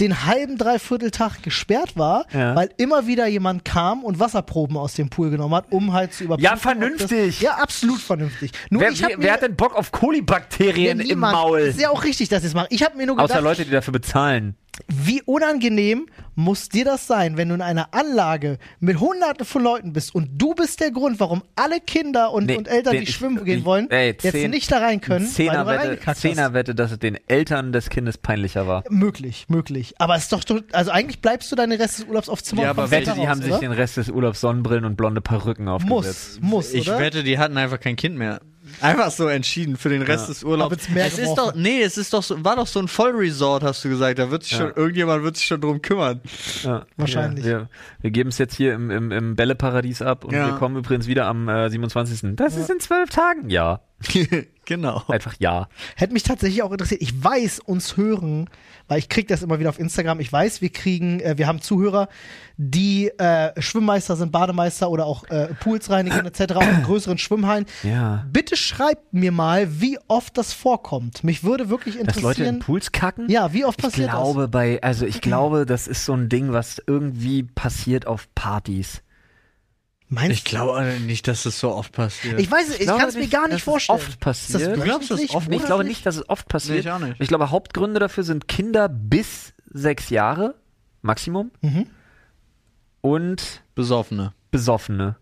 den halben Dreivierteltag gesperrt war, Ja. weil immer wieder jemand kam und Wasserproben aus dem Pool genommen hat, um halt zu überprüfen. Ja, ob vernünftig. Das, ja, absolut vernünftig. Nur Wer, ich hab wer, wer hat denn Bock auf Kolibakterien Ja, im niemand. Maul? Ist ja auch richtig, dass sie es machen. Ich habe mir nur gedacht, Außer Leute, die dafür bezahlen. wie unangenehm muss dir das sein, wenn du in einer Anlage mit hunderten von Leuten bist und du bist der Grund, warum alle Kinder und, Nee, und Eltern, den- die schwimmen ich- gehen wollen, ey, jetzt zehn- nicht da rein können, weil du da Zehnerwette, reingekackt hast. Zehnerwette, dass es den Eltern des Kindes peinlicher war. Möglich, möglich. Aber es ist doch, doch- also eigentlich bleibst du deinen Rest des Urlaubs auf Zimmer Ja, und aber kommst wette, Wette, weiter die haben raus, sich oder? den Rest des Urlaubs Sonnenbrillen und blonde Perücken aufgesetzt. muss, muss, Ich oder? wette, die hatten einfach kein Kind mehr. Einfach so entschieden für den Rest des Urlaubs. Habt's mehr es ist geworfen. doch, nee, es ist doch so, war doch so ein Vollresort, hast du gesagt. Da wird sich schon, irgendjemand wird sich schon drum kümmern. Ja, Wahrscheinlich. Ja, wir wir geben es jetzt hier im, im, im Bälleparadies ab und Ja. wir kommen übrigens wieder am äh, 27. Das ist in zwölf Tagen. Ja. genau. Oh. Einfach ja. Hätte mich tatsächlich auch interessiert. Ich weiß, uns hören, weil ich krieg das immer wieder auf Instagram. Ich weiß, wir kriegen, äh, wir haben Zuhörer, die äh, Schwimmmeister sind, Bademeister oder auch äh, Pools reinigen etc. auch in größeren Schwimmhallen. Ja. Bitte schreibt mir mal, wie oft das vorkommt. Mich würde wirklich Dass Leute in interessieren. Pools kacken? ja, wie oft Ich passiert das? glaube bei, also ich glaube, das ist so ein Ding, was irgendwie passiert auf Partys. Meinst Ich glaube nicht, dass das so oft passiert. du? Ich weiß, es, ich glaube kann es mir nicht, gar dass nicht es vorstellen. oft Ist das passiert. Du glaubst, dass wöchentlich? oft- Nee, ich glaube Monatlich? nicht, dass es oft passiert. ich auch nicht. Ich glaube, Hauptgründe dafür sind Kinder bis sechs Jahre, Maximum, Mhm. und Besoffene. Besoffene.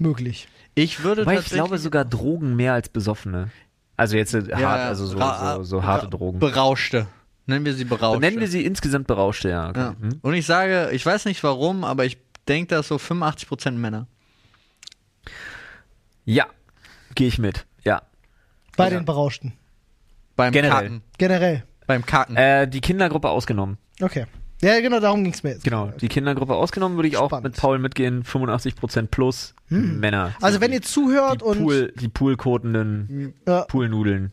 möglich. Ich würde Weil ich tatsächlich. glaube sogar Drogen mehr als Besoffene. Also jetzt äh, hart, Ja, ja. also so, Ra- so, so harte Ra- Drogen. Berauschte. Nennen wir sie Berauschte. Nennen wir sie insgesamt Berauschte, ja. Okay. ja. Hm? Und ich sage, ich weiß nicht warum, aber ich denke, dass so 85% Männer. Ja, gehe ich mit. Ja. Bei Ja. den Berauschten. Beim Generell. Kacken. Generell. Beim Kacken. Äh, die Kindergruppe ausgenommen. Okay. Ja, genau, darum ging es mir jetzt. Genau. Die Kindergruppe ausgenommen würde ich auch Spannend. Hm. mit Paul mitgehen. 85% plus Männer. Also wenn ihr die zuhört und Hm. äh, Pool, die Poolkotenden, Ja. Poolnudeln.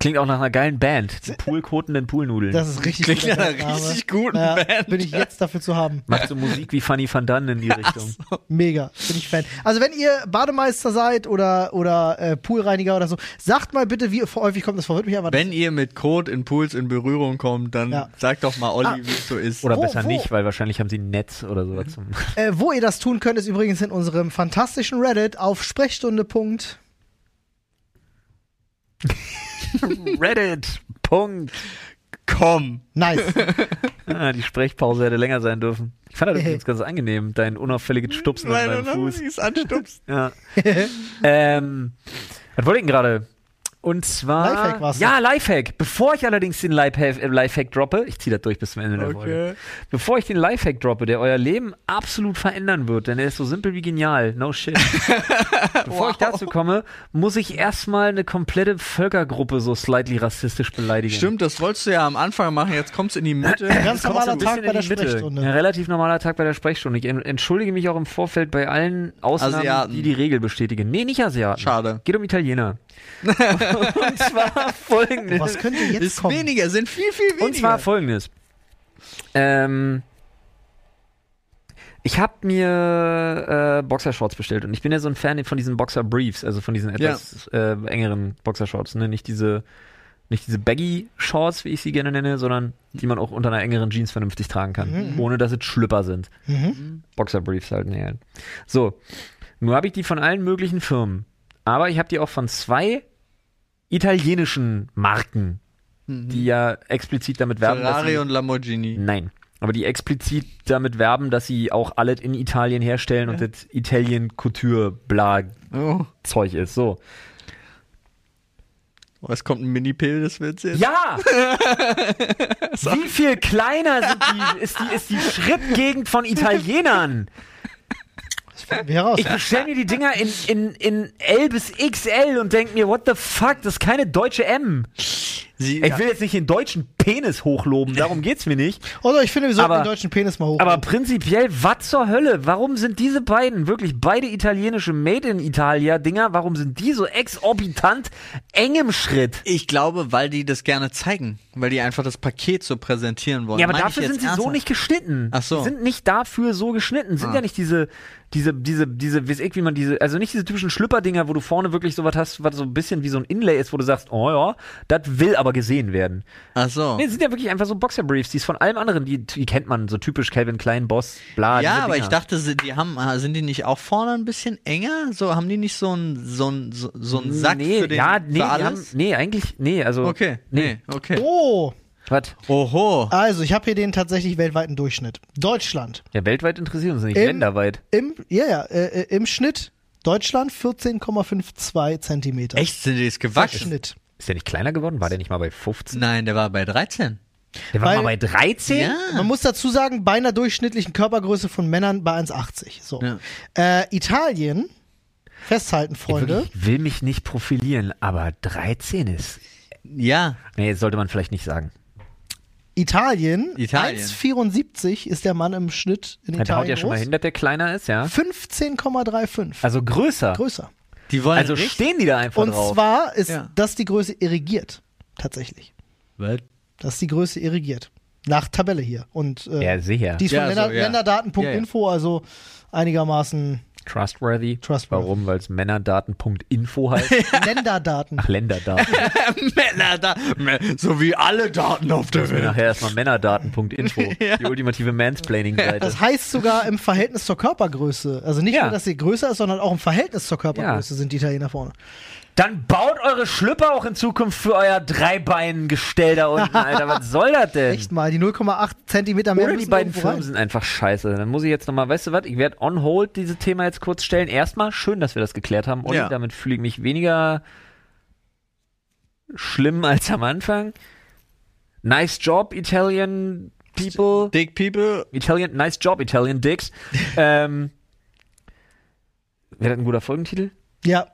Klingt auch nach einer geilen Band. Die poolkotenden Poolnudeln. Das ist richtig Klingt guter nach einer Bandname. richtig guten Band. Bin ich jetzt dafür zu haben. Macht so Musik wie Fanny Van Dunn in die Richtung. Mega, bin ich Fan. Also wenn ihr Bademeister seid oder, oder äh, Poolreiniger oder so, sagt mal bitte, wie häufig kommt das vor. Würde mich einfach Wenn ihr mit Code in Pools in Berührung kommt, dann Ja. sagt doch mal Olli, Ah. wie es so ist. Oder Wo- besser wo- nicht, weil wahrscheinlich haben sie ein Netz oder sowas zum. Äh, wo ihr das tun könnt, ist übrigens in unserem fantastischen Reddit auf Sprechstunde. Punkt. Reddit! Punkt! komm. Nice. Ah, die Sprechpause hätte länger sein dürfen. Ich fand das Hey. übrigens ganz angenehm, dein unauffälliges Stupsen an Weil meinem du noch Fuß. nichts anstupst. Ja. ähm, was wollte ich denn gerade? Und zwar. Lifehack war's Ja, Lifehack. Bevor ich allerdings den Lifehack, äh, Lifehack droppe, ich ziehe das durch bis zum Ende der Folge. Okay. Bevor ich den Lifehack droppe, der euer Leben absolut verändern wird, denn er ist so simpel wie genial. No shit. Bevor ich dazu komme, muss ich erstmal eine komplette Völkergruppe so slightly rassistisch beleidigen. Stimmt, das wolltest du ja am Anfang machen. Jetzt kommst du in die Mitte. Ganz Jetzt kommst normaler du Tag ein bei in der die Mitte. Sprechstunde. Ein relativ normaler Tag bei der Sprechstunde. Ich en- entschuldige mich auch im Vorfeld bei allen Ausnahmen, Asiaten. die die Regel bestätigen. Nee, nicht Asiaten. Schade. Geht um Italiener. Und zwar folgendes. Was könnte bisschen- jetzt Ist kommen? weniger, sind viel, viel weniger. Und zwar folgendes. Ähm, ich habe mir äh, Boxershorts bestellt und ich bin ja so ein Fan von diesen Boxer Briefs, also von diesen etwas äh, engeren Boxershorts, ne? Nicht diese nicht diese Baggy Shorts, wie ich sie gerne nenne, sondern die man auch unter einer engeren Jeans vernünftig tragen kann, ohne dass es Schlüpper sind. Mhm. Boxer Briefs halt näher. So, nur habe ich die von allen möglichen Firmen, aber ich habe die auch von zwei italienischen Marken, die ja explizit damit werben, dass Mhm. Ferrari sie, und Lamborghini. nein, aber die explizit damit werben, dass sie auch alles in Italien herstellen und das Italien Couture bla Oh, Zeug ist. So. oh, es kommt ein Mini-Pilz-Witz jetzt. Ja! Wie viel kleiner sind die, ist, die, ist die Schrittgegend von Italienern? Das finden wir heraus. Ich bestelle mir die Dinger in, in, in L bis XL und denke mir, what the fuck, das ist keine deutsche M. Sie, Ich will jetzt nicht den deutschen Penis hochloben, darum geht's mir nicht. Oder ich finde, wir sollten Aber- den deutschen Penis mal hoch. Aber prinzipiell, was zur Hölle? Warum sind diese beiden, wirklich beide italienische Made in Italia Dinger, warum sind die so exorbitant eng im Schritt? ich glaube, weil die das gerne zeigen. Weil die einfach das Paket so präsentieren wollen. Ja, aber Meine ich dafür jetzt sind sie so ernsthaft. nicht geschnitten. Ach so. Die sind nicht dafür so geschnitten. Sind Ah. ja nicht diese, diese, diese, diese, weiß ich, wie man diese, also nicht diese typischen Schlüpperdinger, wo du vorne wirklich sowas hast, was so ein bisschen wie so ein Inlay ist, wo du sagst, oh ja, das will aber gesehen werden. Ach so. Nee, das sind ja wirklich einfach so Boxerbriefs, die ist von allem anderen, die, die kennt man, so typisch Calvin Klein, Boss, bla. ja, diese aber Dinger. ich dachte, sie, die haben, äh, sind die nicht auch vorne ein bisschen enger? So haben die nicht so einen so einen- so, so einen Sack nee, für den ja, nee, für die Haben, alles? nee, eigentlich, nee, also. okay, nee, okay. oh, Was? Oho. also ich habe hier den tatsächlich weltweiten Durchschnitt. Deutschland Ja, weltweit interessiert uns nicht, Im- länderweit. im, ja, ja, äh, äh, im Schnitt Deutschland 14,52 Zentimeter. Echt, sind die es Der gewachsen? Schnitt. Ist der nicht kleiner geworden? War der nicht mal bei 15? Nein, der war bei 13. Der war Weil- mal bei 13? Man muss dazu sagen, bei einer durchschnittlichen Körpergröße von Männern bei 1,80. So. Ja. Äh, Italien, festhalten, Freunde. Ich will mich nicht profilieren, aber 13 ist. Ja, Nee, das sollte man vielleicht nicht sagen. Italien, Italien. 1,74 ist der Mann im Schnitt in Da haut Italien. ja schon mal hin, dass der kleiner ist, ja. groß. 15,35. Also größer. größer. die wollen Also richtig. stehen die da einfach Und drauf. zwar ist Ja. das die Größe irrigiert, tatsächlich. Was? Das ist die Größe irrigiert. Nach Tabelle hier. Und äh, ja, sicher. die ist von Ja, so, Länder ja. länderdaten.info, also einigermaßen Trustworthy. Trustworthy. Warum? Weil es Männerdaten.info heißt. Länderdaten. Ach, Länderdaten. Männer da, so wie alle Daten auf der Mir Welt. Nachher erstmal Männerdaten.info. Die ultimative Mansplaining-Seite. Das heißt sogar im Verhältnis zur Körpergröße. Also nicht Ja. nur, dass sie größer ist, sondern auch im Verhältnis zur Körpergröße sind die Italiener vorne. Dann baut eure Schlüpper auch in Zukunft für euer Dreibeinengestell da unten, Alter. Was soll das denn? Echt mal, die 0,8 Zentimeter mehr Ähm. Oder die müssen beiden irgendwo Firmen sind einfach scheiße. Dann muss ich jetzt nochmal, weißt du was, ich werde on hold dieses Thema jetzt kurz stellen. Erstmal schön, dass wir das geklärt haben. Olli, Ja. damit fühle ich mich weniger schlimm als am Anfang. Nice job, Italian people. Dick People. Italian, nice job, Italian dicks. ähm, Wäre das ein guter Folgentitel? rein. Ja,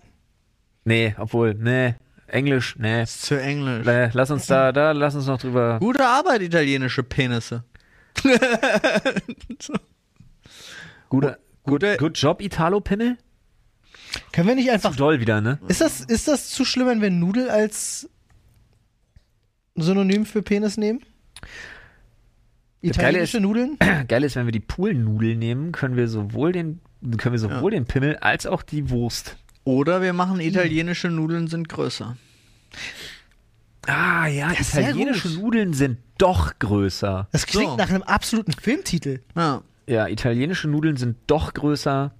Nee, obwohl, nee. Englisch, nee. Ist zu Englisch. Äh, Lass uns da, da, lass uns noch drüber. Gute Arbeit, italienische Penisse. Guter, gut, Gute- good job, Italo-Pimmel. können wir nicht Zu einfach. doll wieder, ne? Ist das, ist das zu schlimm, wenn wir Nudel als ein Synonym für Penis nehmen? Das Geile Italienische Nudeln? Geil ist, wenn wir die Poolnudel nehmen, können wir sowohl den, können wir sowohl den Pimmel als auch die Wurst. Oder wir machen italienische Nudeln sind größer. Ah ja, ist sehr italienische gut. Nudeln sind doch größer. Das klingt So. nach einem absoluten Filmtitel. Ja, Ja, italienische Nudeln sind doch größer.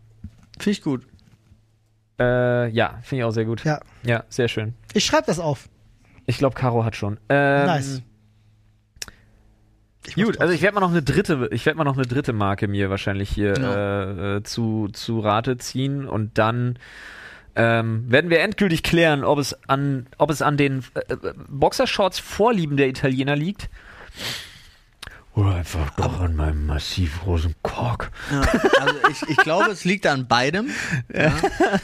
finde ich gut. Äh, ja, finde ich auch sehr gut. Ja. Ja, sehr schön. Ich schreibe das auf. Ich glaube, Caro hat schon. Ähm, nice. Ich muss Gut, drauf. also ich werde mal noch eine dritte, ich werde mal noch eine dritte Marke mir wahrscheinlich hier äh, äh, zu, zu Rate ziehen und dann ähm, werden wir endgültig klären, ob es an, ob es an den äh, äh, Boxershorts Vorlieben der Italiener liegt. Oder einfach doch an meinem massiv großen Kork. Ja, also ich, ich glaube, es liegt an beidem.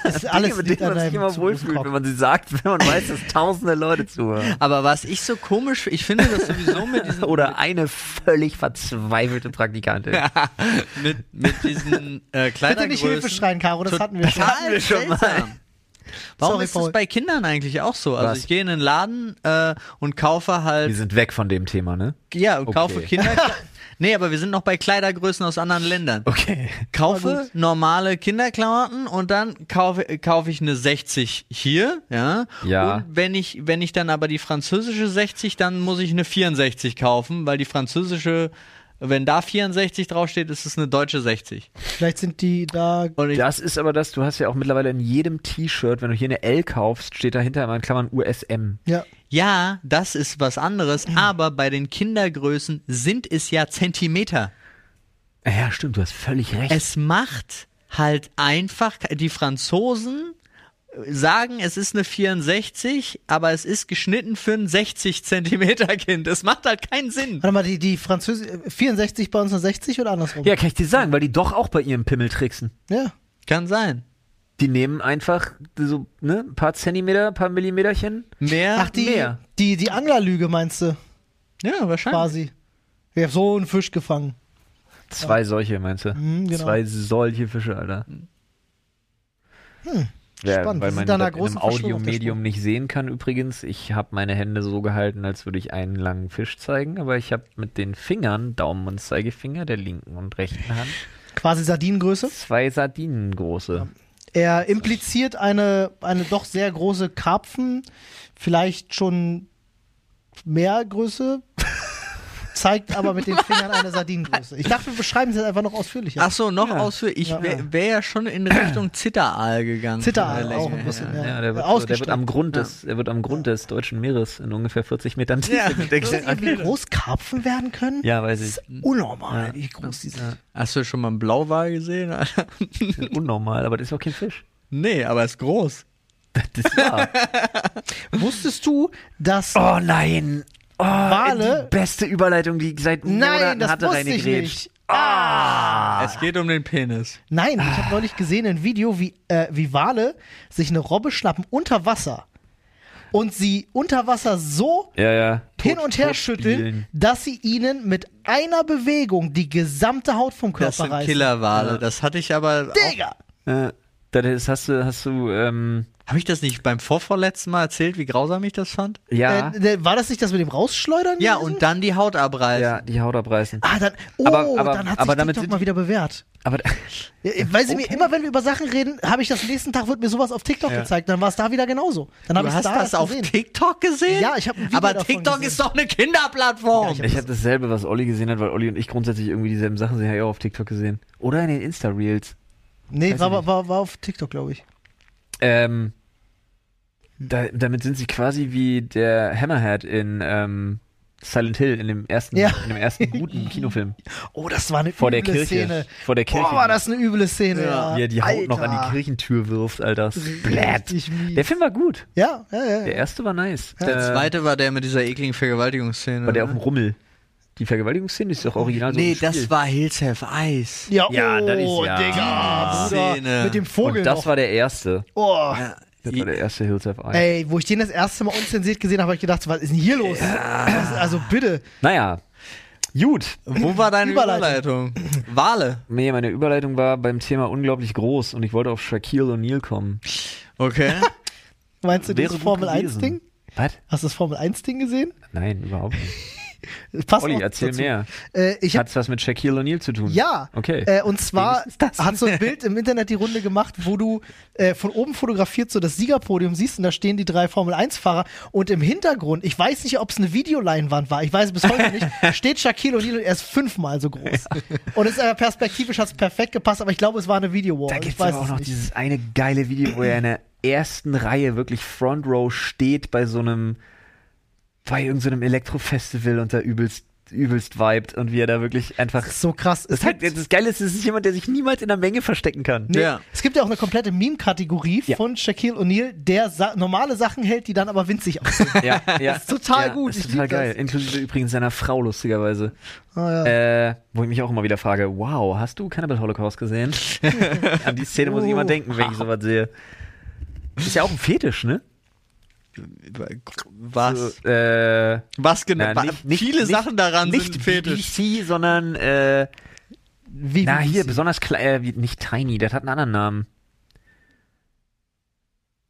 Es ist alles mit liegt dem man an sich deinem immer zu wohlfühlt, großen wenn Kopf. man sie sagt, wenn man weiß, dass tausende Leute zuhören. Aber was ich so komisch, ich finde das sowieso mit diesen, Oder eine völlig verzweifelte Praktikantin. mit, mit diesen äh, Bitte nicht Hilfe Kleidergrößen schreien, Caro, das hatten wir schon. total wir schon mal. seltsam. Warum Sorry, ist das Paul. bei Kindern eigentlich auch so? Also Was? ich gehe in den Laden äh, und kaufe halt Wir sind weg von dem Thema, ne? Ja, und Okay. kaufe Kinder. nee, aber wir sind noch bei Kleidergrößen aus anderen Ländern. Okay. Kaufe normale Kinderklamotten und dann kaufe, äh, kaufe ich eine 60 hier, ja. Ja. Und wenn ich, wenn ich dann aber die französische 60, dann muss ich eine 64 kaufen, weil die französische, wenn da 64 draufsteht, ist es eine deutsche 60. Vielleicht sind die da. Und ich, Äh, Das ist aber das, du hast ja auch mittlerweile in jedem T-Shirt, wenn du hier eine L kaufst, steht dahinter immer in Klammern USM. Ja. ja, das ist was anderes, aber bei den Kindergrößen sind es ja Zentimeter. Äh, Ja, stimmt, du hast völlig recht. Es macht halt einfach, die Franzosen sagen, es ist eine 64, aber es ist geschnitten für ein 60 Zentimeter Kind. Es macht halt keinen Sinn. Warte mal, die, die Französische. 64 bei uns eine 60 oder andersrum? ja, kann ich dir sagen, weil die doch auch bei ihrem Pimmel tricksen. ja. Kann sein. Die nehmen einfach so, ne, ein paar Zentimeter, ein paar Millimeterchen. Mehr? Ach, die, mehr. die, die Anglerlüge meinst du ja, wahrscheinlich. quasi. Wir haben so einen Fisch gefangen. Zwei solche, meinst du? Mhm, genau. Zwei solche Fische, Alter. Hm. Spannend. weil Wir sind man da das einer in einem großen Verschwörung auf der Audiomedium Spur. nicht sehen kann übrigens. Ich habe meine Hände so gehalten, als würde ich einen langen Fisch zeigen, aber ich habe mit den Fingern, Daumen und Zeigefinger der linken und rechten Hand, Quasi Sardinengröße. zwei Sardinen große. Er impliziert eine, eine doch sehr große Karpfen, vielleicht schon Meergröße, zeigt aber mit den Fingern eine Sardinengröße. Ich dachte, wir beschreiben es jetzt einfach noch ausführlicher. Ach so, noch ausführlich. Ich Ja. wäre wär ja schon in Richtung Zitteraal gegangen. Zitteraal Von der auch Länge ein bisschen, her. Ja, Ja, der, wird, so- der ausgestreckt. wird am Grund des, er wird am Grund des deutschen Meeres in ungefähr 40 Metern Tiefe Ja. gedeckt. Wisst ihr, wie groß Karpfen werden können? Ja, weiß ich. Unnormal, wie groß die sind. Hast du schon mal einen Blauwal gesehen? Alter? Unnormal, aber das ist auch kein Fisch. nee, aber ist groß. Das ist wahr. Wusstest du, dass oh nein. Oh, Wale? Die beste Überleitung, die ich seit Nein, Monaten das hatte, Ah. wusste ich reingegrätscht. nicht. Ah. Es geht um den Penis. Nein, ich habe neulich gesehen ein Video, wie, äh, wie Wale sich eine Robbe schnappen unter Wasser und sie unter Wasser so Ja, ja. hin und her schütteln, dass sie ihnen mit einer Bewegung die gesamte Haut vom Körper Das sind reißen. Killerwale. Das hatte ich aber. auch- Digga! Äh, das ist, hast du, hast du, ähm, Habe ich das nicht beim vorvorletzten Mal erzählt, wie grausam ich das fand? ja, Äh, ne, war das nicht das mit dem Rausschleudern? Ja, gewesen? und dann die Haut abreißen. ja, die Haut abreißen. Ah, dann. Oh, Aber- aber- dann hat aber sich damit TikTok sind- mal wieder bewährt. Aber Ja, äh, Weil sie mir immer, wenn wir über Sachen reden, habe ich das nächsten Tag wird mir sowas auf TikTok gezeigt. Dann war es da wieder genauso. Dann habe Du ich hast da das erst auf gesehen. TikTok gesehen? Ja, ich hab ein Video Aber davon TikTok gesehen. ist doch eine Kinderplattform. ich habe dasselbe, was Olli gesehen hat, weil Olli und ich grundsätzlich irgendwie dieselben Sachen sehen, habe ich auch auf TikTok gesehen. Oder in den Insta-Reels. Nee, Weiß war, ich war, nicht. war, war auf TikTok, glaube ich. Ähm, Hm. da, damit sind sie quasi wie der Hammerhead in ähm, Silent Hill in dem ersten, Ja. in dem ersten guten Kinofilm Oh, das war eine vor der üble Kirche. Szene. Vor der Kirche. Boah, war das eine üble Szene. Ja, wie er die Haut Alter. noch an die Kirchentür wirft, Alter. Splat. Richtig mies. Der Film war gut. Ja, ja, ja. äh, Der erste war nice. Der Äh, zweite war der mit dieser ekligen Vergewaltigungsszene. war der auf dem ne? Rummel. Die Vergewaltigungsszene ist doch original so Nee, gespielt. das war Hills Have Eyes. Ja, Ja, oh, das ist ja- Digga, Die Bruder, Szene. mit dem Vogel Und das noch. war der erste. oh. Das war der erste Hills Have Eyes. Ey, wo ich den das erste Mal unzensiert gesehen habe, habe ich gedacht, was ist denn hier los? Das, also bitte. Naja. Gut. Wo war deine Überleitung. Überleitung? Wale. Nee, meine Überleitung war beim Thema unglaublich groß und ich wollte auf Shaquille O'Neal kommen. Okay. Meinst du Wäre das gut Formel gewesen. 1 Ding? Was? Hast du das Formel 1-Ding gesehen? Nein, überhaupt nicht. Passt Olli, auch erzähl dazu. mehr. Äh, ich hab, Hat's was mit Shaquille O'Neal zu tun? ja, Okay. äh, und zwar Wenigstens das. hat so ein Bild im Internet die Runde gemacht, wo du äh, von oben fotografiert so das Siegerpodium siehst und da stehen die drei Formel-1-Fahrer und im Hintergrund, ich weiß nicht, ob es eine Videoleinwand war, ich weiß bis heute nicht, steht Shaquille O'Neal und er ist fünfmal so groß. Und es ist aber perspektivisch hat es perfekt gepasst, aber ich glaube, es war eine Videowall. Da ich gibt es weiß auch es noch nicht. dieses eine geile Video, wo er in der ersten Reihe wirklich Front Row steht bei so einem, bei irgendeinem Elektrofestival und da übelst, übelst vibed und wie er da wirklich einfach. so krass. Das, ist halt, das Geile ist, es ist jemand, der sich niemals in der Menge verstecken kann. Nee, Ja. Es gibt ja auch eine komplette Meme-Kategorie Ja. von Shaquille O'Neal, der sa normale Sachen hält, die dann aber winzig aussehen. Ja, ja. Das ist total gut, Das ist ich total lieb das. geil. Inklusive übrigens seiner Frau, lustigerweise. Ah, ja. Äh, wo ich mich auch immer wieder frage, wow, hast du Cannibal Holocaust gesehen? An die Szene muss ich Oh. immer denken, wenn ich sowas sehe. Ist ja auch ein Fetisch, ne? Was? So, äh, was genau? na, wa- nicht, nicht, viele nicht, Sachen daran nicht sind fetisch. BBC, sondern äh, Wie na wie hier sie- besonders klein, äh, wie- nicht Tiny, das hat einen anderen Namen.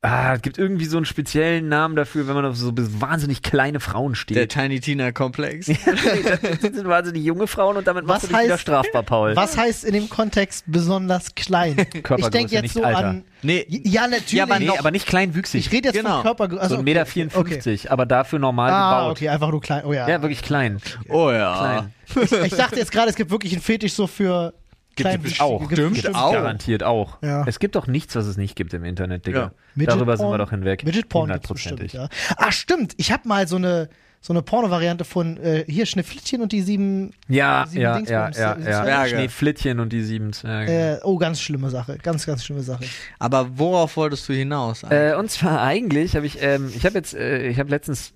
Ah, es gibt irgendwie so einen speziellen Namen dafür, wenn man auf so bis wahnsinnig kleine Frauen Der steht. Tiny Tina Komplex. das sind wahnsinnig junge Frauen und damit machst Was du dich wieder heißt- strafbar, Paul. Was heißt in dem Kontext besonders klein? ich denke Körpergröße, jetzt nicht so Alter. an. Nee, Ja, natürlich. Ja, aber nee, noch- aber nicht kleinwüchsig. ich rede jetzt von genau. Körper. so 1,54 Meter, 54, aber dafür normal Ah, gebaut. okay, einfach nur klein. Oh ja. Ja, wirklich klein. oh ja. Klein. Ich dachte jetzt gerade, es gibt wirklich einen Fetisch so für Gibt es Kleinwüchsige. auch. Gibt Stimmt bestimmt. auch. Garantiert auch. Ja. Es gibt doch nichts, was es nicht gibt im Internet, Digga. Ja. Midget Darüber sind wir Porn- doch hinweg. Midget Porn gibt's bestimmt, Hundertprozentig. ja. Ah, stimmt. Ich habe mal so eine, so eine Porno-Variante von äh, hier Schneeflittchen und die sieben. Ja, Sieben ja, ja, Dingsbums, ja, äh, ja. Zwerge. Schneeflittchen und die sieben genau. Zwerge. Äh, oh, ganz schlimme Sache. Ganz, ganz schlimme Sache. Aber worauf wolltest du hinaus? Äh, und zwar eigentlich habe ich, ähm, ich habe jetzt, äh, ich habe letztens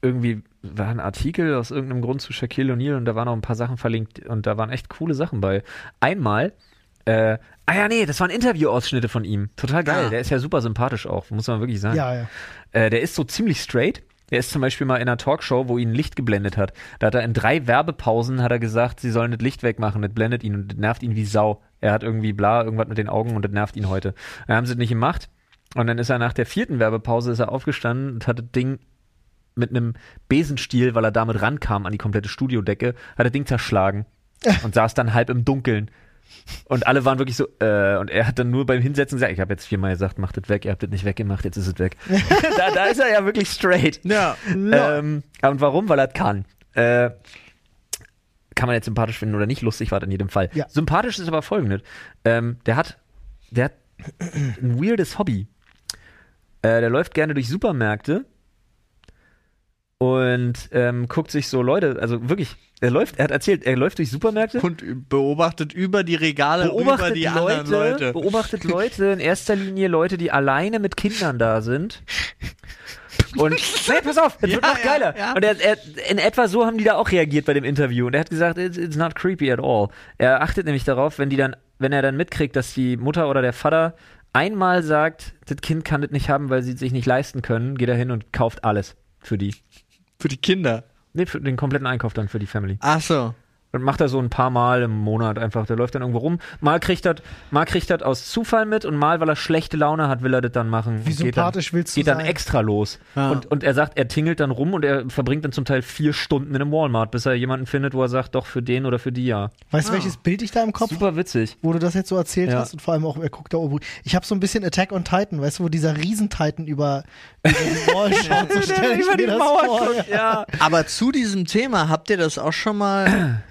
irgendwie war ein Artikel aus irgendeinem Grund zu Shaquille O'Neal und da waren noch ein paar Sachen verlinkt und da waren echt coole Sachen bei. Einmal, äh, ah ja, nee, das waren Interviewausschnitte von ihm. Total geil. Ah. Der ist ja super sympathisch auch, muss man wirklich sagen. Ja, ja. Äh, der ist so ziemlich straight. Der ist zum Beispiel mal in einer Talkshow, wo ihn ein Licht geblendet hat. Da hat er in drei Werbepausen hat er gesagt, sie sollen das Licht wegmachen, das blendet ihn und das nervt ihn wie Sau. Er hat irgendwie bla, irgendwas mit den Augen und das nervt ihn heute. Dann haben sie das nicht gemacht. Und dann ist er nach der vierten Werbepause ist er aufgestanden und hat das Ding mit einem Besenstiel, weil er damit rankam an die komplette Studiodecke, hat das Ding zerschlagen und saß dann halb im Dunkeln. Und alle waren wirklich so, äh, und er hat dann nur beim Hinsetzen gesagt, ich habe jetzt viermal gesagt, macht es weg, ihr habt es nicht weggemacht, jetzt ist es weg. da, da ist er ja wirklich straight. ja. Ähm, und warum? Weil er es kann. Äh, kann man jetzt sympathisch finden oder nicht, lustig war das in jedem Fall. Ja. Sympathisch ist aber folgendes. Ähm, der hat, der hat ein weirdes Hobby. Äh, der läuft gerne durch Supermärkte und ähm, guckt sich so Leute, also wirklich, er läuft, er hat erzählt, er läuft durch Supermärkte Und beobachtet über die Regale über Äh, beobachtet die anderen Leute, Oh. Leute. beobachtet Leute, in erster Linie Leute, die alleine mit Kindern da sind. Und nee, pass auf, das wird Ja, noch ja, geiler. ja. Und er, er, in etwa so haben die da auch reagiert bei dem Interview. Und er hat gesagt, it's, it's not creepy at all. Er achtet nämlich darauf, wenn die dann, wenn er dann mitkriegt, dass die Mutter oder der Vater einmal sagt, das Kind kann das nicht haben, weil sie es sich nicht leisten können, geht er hin und kauft alles für die. Für die Kinder. Nee, für den kompletten Einkauf dann für die Family. Ach so. Und macht er so ein paar Mal im Monat einfach. Der läuft dann irgendwo rum. Mal kriegt er mal kriegt er aus Zufall mit und mal, weil er schlechte Laune hat, will er das dann machen. Wie Und geht sympathisch dann, willst du Geht dann sein? extra los. Ja. Und, und er sagt, er tingelt dann rum und er verbringt dann zum Teil vier Stunden in einem Walmart, bis er jemanden findet, wo er sagt, doch für den oder für die ja. Weißt du, welches Bild ich da im Kopf Super witzig. wo du das jetzt so erzählt Ja. hast und vor allem auch, er guckt da oben. Ich habe so ein bisschen Attack on Titan, weißt du, wo dieser Riesen-Titan über, über die Mauer schaut, so stell ich mir das vor. guckt, ja. Aber zu diesem Thema habt ihr das auch schon mal.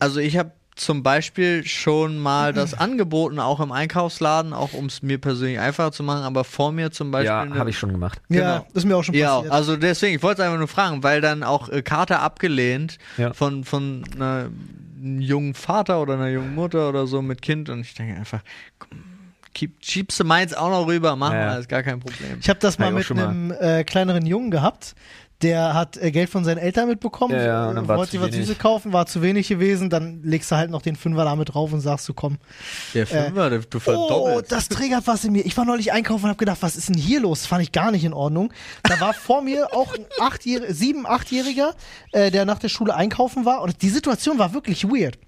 Also ich habe zum Beispiel schon mal das angeboten, auch im Einkaufsladen, auch um es mir persönlich einfacher zu machen, aber vor mir zum Beispiel. Ja, eine- habe ich schon gemacht. Ja, Genau. ist mir auch schon Ja, passiert. also deswegen, ich wollte es einfach nur fragen, weil dann auch äh, Karte abgelehnt Ja. von, von einer, einem jungen Vater oder einer jungen Mutter oder so mit Kind und ich denke einfach, keep, schiebst du meins auch noch rüber, machen Ja. wir, ist gar kein Problem. ich habe das Hab mal ich auch mit schon mal. einem äh, kleineren Jungen gehabt, der hat äh, Geld von seinen Eltern mitbekommen, Ja, ja, und dann äh, war wollte zu sich was wenig. Süßes kaufen, war zu wenig gewesen, dann legst du halt noch den Fünfer damit drauf und sagst du, komm. Der Äh. Fünfer, der- du Oh, verdoppelst. das triggert was in mir. Ich war neulich einkaufen und habe gedacht, was ist denn hier los? Fand ich gar nicht in Ordnung. Da war vor mir auch ein Achtjähr sieben, achtjähriger, äh, der nach der Schule einkaufen war. Und die Situation war wirklich weird.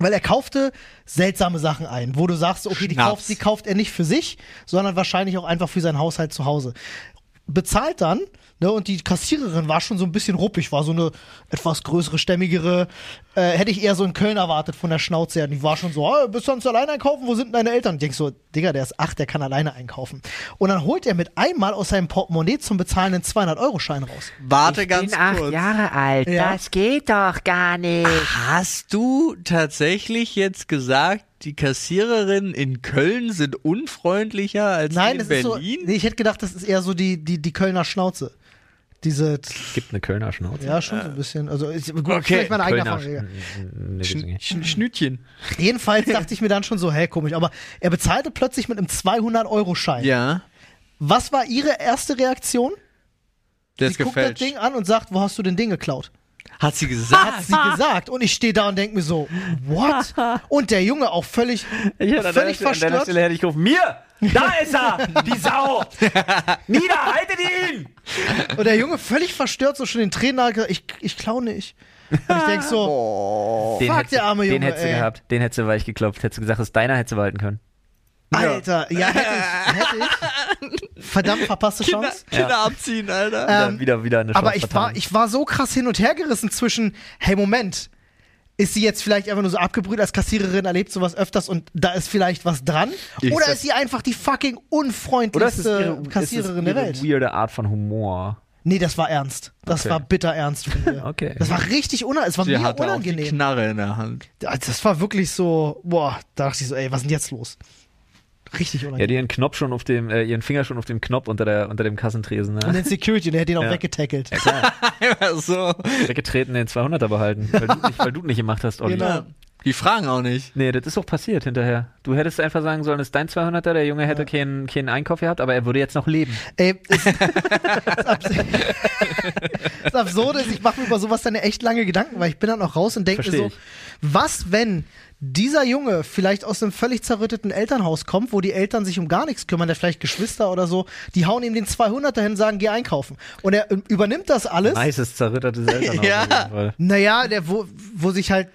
Weil er kaufte seltsame Sachen ein, wo du sagst, okay, die Schnaps. kauft, die kauft er nicht für sich, sondern wahrscheinlich auch einfach für seinen Haushalt zu Hause. bezahlt dann. Ne, und die Kassiererin war schon so ein bisschen ruppig, war so eine etwas größere, stämmigere. Äh, hätte ich eher so in Köln erwartet von der Schnauze her. Und die war schon so, ah, bist du sonst alleine einkaufen? Wo sind denn deine Eltern? Und ich denk so, Digga, der ist acht, der kann alleine einkaufen. Und dann holt er mit einmal aus seinem Portemonnaie zum Bezahlen einen 200-Euro-Schein raus. Warte ganz bin acht kurz. Jahre alt. Ja. Das geht doch gar nicht. Hast du tatsächlich jetzt gesagt, die Kassiererinnen in Köln sind unfreundlicher als Nein, die das in ist so, Berlin? nee, ich hätte gedacht, das ist eher so die, die, die Kölner Schnauze. Diese, Gibt eine Kölner Schnauze. ja, schon so ein bisschen. Also, ich, gut, Äh. Okay, vielleicht meine eigene Kölner Erfahrung. egal. Schnauze. Schn- Schnütchen. Jedenfalls dachte ich mir dann schon so, hey, komisch. Aber er bezahlte plötzlich mit einem 200-Euro-Schein. Ja, Was war Ihre erste Reaktion? der Sie ist guckt das Ding gefälscht. an und sagt, wo hast du denn Ding geklaut? Hat sie gesagt? Hat sie gesagt. Und ich stehe da und denke mir so, what? Und der Junge auch völlig, Ich hätte an deiner völlig Stelle- an deiner verstört. Stelle hätte ich gerufen, mir! Da ist er! Die Sau! Nieder, haltet ihn! Und der Junge völlig verstört, so schon den Tränen nahe, gesagt, ich, ich klau nicht. Und ich denke so, Den Oh, Fuck, hättest du- der arme Den Junge, hättest du ey. gehabt, den hättest du weich geklopft, hättest du gesagt, es ist deiner, hättest du behalten können. Alter, ja, hätte ich, hätte ich. Verdammt, verpasste Kinder, Chance. Kinder abziehen, Alter. Wieder, Ähm, wieder, wieder eine Aber Chance ich vertan. war, ich war so krass hin und her gerissen zwischen, hey, Moment, ist sie jetzt vielleicht einfach nur so abgebrüht als Kassiererin, erlebt sowas öfters und da ist vielleicht was dran? Ich Oder sag- ist sie einfach die fucking Oder ist es unfreundlichste ihre, äh, Kassiererin ist es der ihre Welt? weirde Art von Humor? Nee, das war ernst. Das Okay. war bitter ernst von ihr. Okay. Das war richtig unangenehm. Es war Sie mir hatte auch die unangenehm. Knarre in der Hand. Also Das war wirklich so, boah, da dachte ich so, ey, was ist denn jetzt los? Richtig Ja, unangenehm. die ihren Knopf schon auf dem, äh, ihren Finger schon auf dem Knopf unter, der, unter dem Kassentresen, und ne? den Security, der hat den auch Ja. weggetackelt. Einfach so. Weggetreten, den 200er behalten, weil du nicht, weil du nicht gemacht hast, Olli. Genau. Ja. Die fragen auch nicht. Nee, das ist doch passiert hinterher. Du hättest einfach sagen sollen, es ist dein 200er, der Junge hätte keinen, keinen Einkauf gehabt, aber er würde jetzt noch leben. Ey, das, das, Abs das Absurde ist, ich mache mir über sowas dann echt lange Gedanken, weil ich bin dann auch raus und denke mir Versteh so, ich. was wenn dieser Junge vielleicht aus einem völlig zerrütteten Elternhaus kommt, wo die Eltern sich um gar nichts kümmern, der hat vielleicht Geschwister oder so, die hauen ihm den 200er hin und sagen, geh einkaufen. Und er ähm, übernimmt das alles. Nices zerrittertes Elternhaus. Ja. auf jeden Fall. Naja, der, wo, wo sich halt,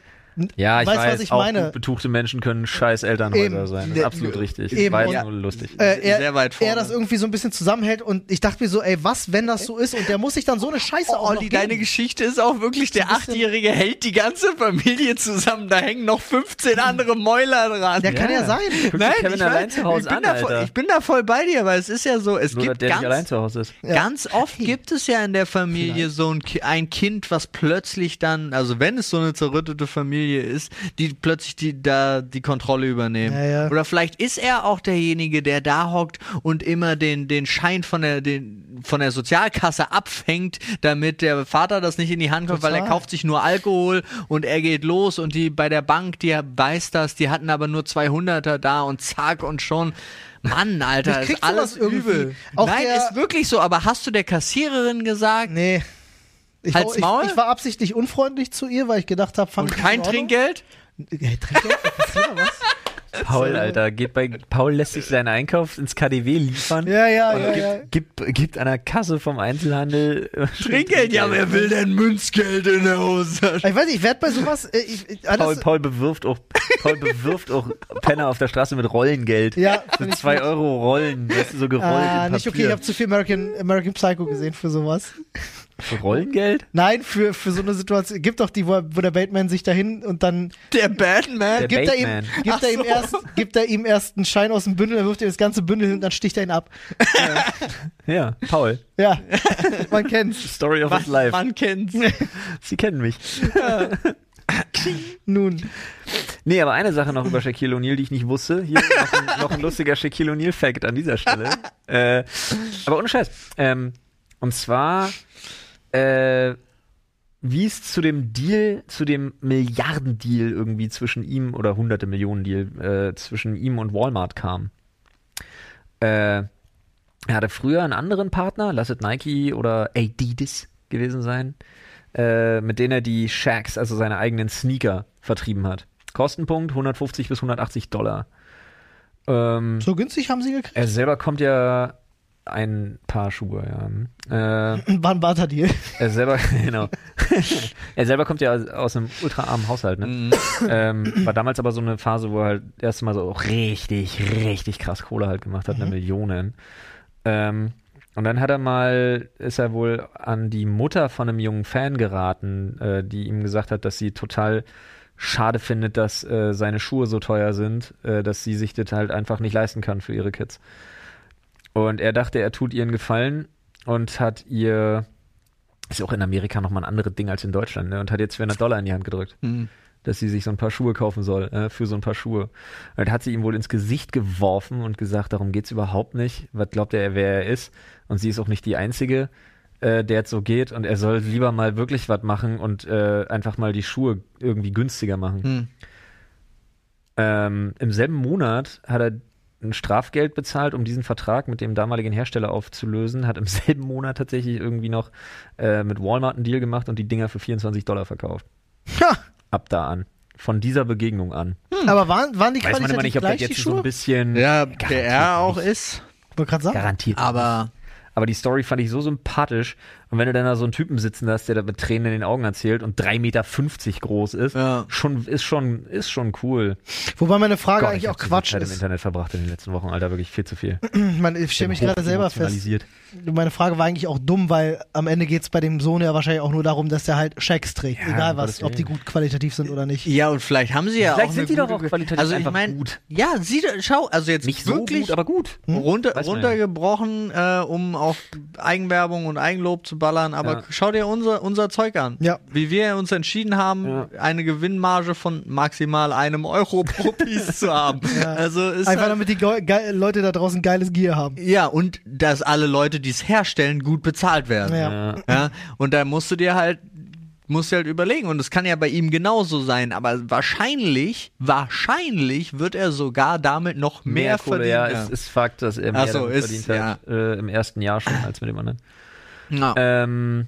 Ja, ich Weißt, weiß, was ich auch meine? gut betuchte Menschen können scheiß Elternhäuser Eben. sein. Das ist Ja, absolut richtig. eben. War Und- jetzt nur lustig. äh, er, Sehr weit vorne. er das irgendwie so ein bisschen zusammenhält und ich dachte mir so, ey, was, wenn das so ist und der muss sich dann so eine Scheiße auch noch Oh, Olli, deine geben. Geschichte ist auch wirklich, der ein bisschen- Achtjährige hält die ganze Familie zusammen. Da hängen noch 15 andere Mäuler dran. Der kann ja sein. Guck dir Nein, Kevin ich, allein weiß, zu Hause ich, bin an, da voll, Alter. ich bin da voll bei dir, weil es ist ja so, es Nur, dass gibt der nicht allein ganz, zu Hause ist. Ja. ganz oft gibt es ja in der Familie so ein, Ki- ein Kind, was plötzlich dann, also wenn es so eine zerrüttete Familie ist, die plötzlich die, da die Kontrolle übernehmen. Ja, ja. Oder vielleicht ist er auch derjenige, der da hockt und immer den, den Schein von der, den, von der Sozialkasse abfängt, damit der Vater das nicht in die Hand kommt, weil er Total. kauft sich nur Alkohol und er geht los und die bei der Bank, die weiß das, die hatten aber nur 200er da und zack und schon. Mann, Alter, Ich ist krieg alles sowas irgendwie. übel. Auch Nein, der- ist wirklich so, aber hast du der Kassiererin gesagt Nee. Ich, Halt's ich, Maul? ich war absichtlich unfreundlich zu ihr, weil ich gedacht habe, fand und ich kein in Ordnung. Trinkgeld? Ey, Trinkgeld? Passiert da was? Paul, Alter, geht bei Paul lässt sich seinen Einkauf ins KDW liefern. Ja, ja, und ja, ja. gibt, gibt, gibt an der Kasse vom Einzelhandel äh, Trinkgeld? Ja, wer will denn Münzgeld in der Hose? Ich weiß nicht, ich werde bei sowas. äh, Ich, ich, Paul, alles, Paul bewirft auch Paul bewirft auch Penner auf der Straße mit Rollengeld. Ja, so find ich zwei Euro Rollen, weißt du, so gerollt ah, in Papier. nicht okay, ich habe zu viel American, American Psycho gesehen für sowas. Für Rollengeld? Nein, für, für so eine Situation. Gibt doch die, wo, er- wo der Batman sich dahin und dann Der Batman? Der gibt er, ihm, Batman. gibt, er ihm Ach so. erst, gibt er ihm erst einen Schein aus dem Bündel, dann wirft er das ganze Bündel hin und dann sticht er ihn ab. Ja, Paul. Ja, man kennt's. Story of his Man, life. man kennt's. Sie kennen mich. Nun, Nee, aber eine Sache noch über Shaquille O'Neal, die ich nicht wusste. Hier noch ein, noch ein lustiger Shaquille O'Neal-Fact an dieser Stelle. Äh, aber ohne Scheiß. Ähm, und zwar, äh, wie es zu dem Deal, zu dem Milliardendeal irgendwie zwischen ihm oder hunderte Millionen Deal äh, zwischen ihm und Walmart kam. Äh, er hatte früher einen anderen Partner, lasset Nike oder Adidas gewesen sein, äh, mit denen er die Shacks, also seine eigenen Sneaker, vertrieben hat. Kostenpunkt 150 bis 180 Dollar. Ähm, so günstig haben sie gekriegt. er selber kommt ja ein paar Schuhe, ja. Äh, War ein Barter-Deal. er selber, genau. er selber kommt ja aus, aus einem ultraarmen Haushalt, ne? Ähm, war damals aber so eine Phase, wo er halt das erste Mal so richtig, richtig krass Kohle halt gemacht hat, eine Millionen. ne? Ähm, Und dann hat er mal, ist er wohl an die Mutter von einem jungen Fan geraten, äh, die ihm gesagt hat, dass sie total schade findet, dass äh, seine Schuhe so teuer sind, äh, dass sie sich das halt einfach nicht leisten kann für ihre Kids. Und er dachte, er tut ihr einen Gefallen und hat ihr, ist ja auch in Amerika nochmal ein anderes Ding als in Deutschland, ne? und hat ihr 200 Dollar in die Hand gedrückt, dass sie sich so ein paar Schuhe kaufen soll, äh, für so ein paar Schuhe. Und dann hat sie ihm wohl ins Gesicht geworfen und gesagt, darum geht's überhaupt nicht, was glaubt er, wer er ist, und sie ist auch nicht die Einzige, äh, der jetzt so geht, und er soll lieber mal wirklich was machen und äh, einfach mal die Schuhe irgendwie günstiger machen. Hm. Ähm, Im selben Monat hat er ein Strafgeld bezahlt, um diesen Vertrag mit dem damaligen Hersteller aufzulösen. Hat im selben Monat tatsächlich irgendwie noch äh, mit Walmart einen Deal gemacht und die Dinger für 24 Dollar verkauft. Ha, Ab da an. Von dieser Begegnung an. Aber waren, waren die Hm. Weiß man qualitativ immer nicht, ob das gleich, die jetzt so Schuhe? ein bisschen Ja, PR auch ist, Wollte gerade sagen. garantiert. aber Aber die Story fand ich so sympathisch. Und wenn du dann da so einen Typen sitzen hast, der da mit Tränen in den Augen erzählt und 3,50 Meter groß ist, Ja. schon, ist, schon, ist schon cool. Wobei meine Frage Gott, eigentlich ich auch hab so viel Quatsch Zeit im ist. Internet verbracht in den letzten Wochen, Alter, wirklich viel zu viel. Man, ich stelle mich Bin gerade selber fest. hochemotionalisiert. Meine Frage war eigentlich auch dumm, weil am Ende geht es bei dem Sohn ja wahrscheinlich auch nur darum, dass der halt Schecks trägt. Ja, egal um was, Gottes ob die Willen. gut qualitativ sind oder nicht. ja, und vielleicht haben sie ja Vielleicht auch. sind eine die doch gute- auch qualitativ also, ich einfach mein, gut. Ja, sie, schau, also jetzt Nicht so wirklich gut, aber gut. Hm? runter, Weiß man runtergebrochen, äh, um auf Eigenwerbung und Eigenlob zu ballern. Aber Ja. schau dir unser, unser Zeug an. Ja. Wie wir uns entschieden haben, Ja. eine Gewinnmarge von maximal einem Euro pro Piece zu haben. Also ist Einfach halt- damit die Geu- Ge Leute da draußen geiles Gear haben. ja, und dass alle Leute, die es herstellen, gut bezahlt werden. Ja. Ja. Ja, und da musst du dir halt musst dir halt überlegen und es kann ja bei ihm genauso sein, aber wahrscheinlich wahrscheinlich wird er sogar damit noch mehr, mehr Kohle, verdienen. ja, ist, ist Fakt, dass er Ach mehr so, damit ist- verdient hat äh, im ersten Jahr schon als mit dem anderen. Ja. Ähm,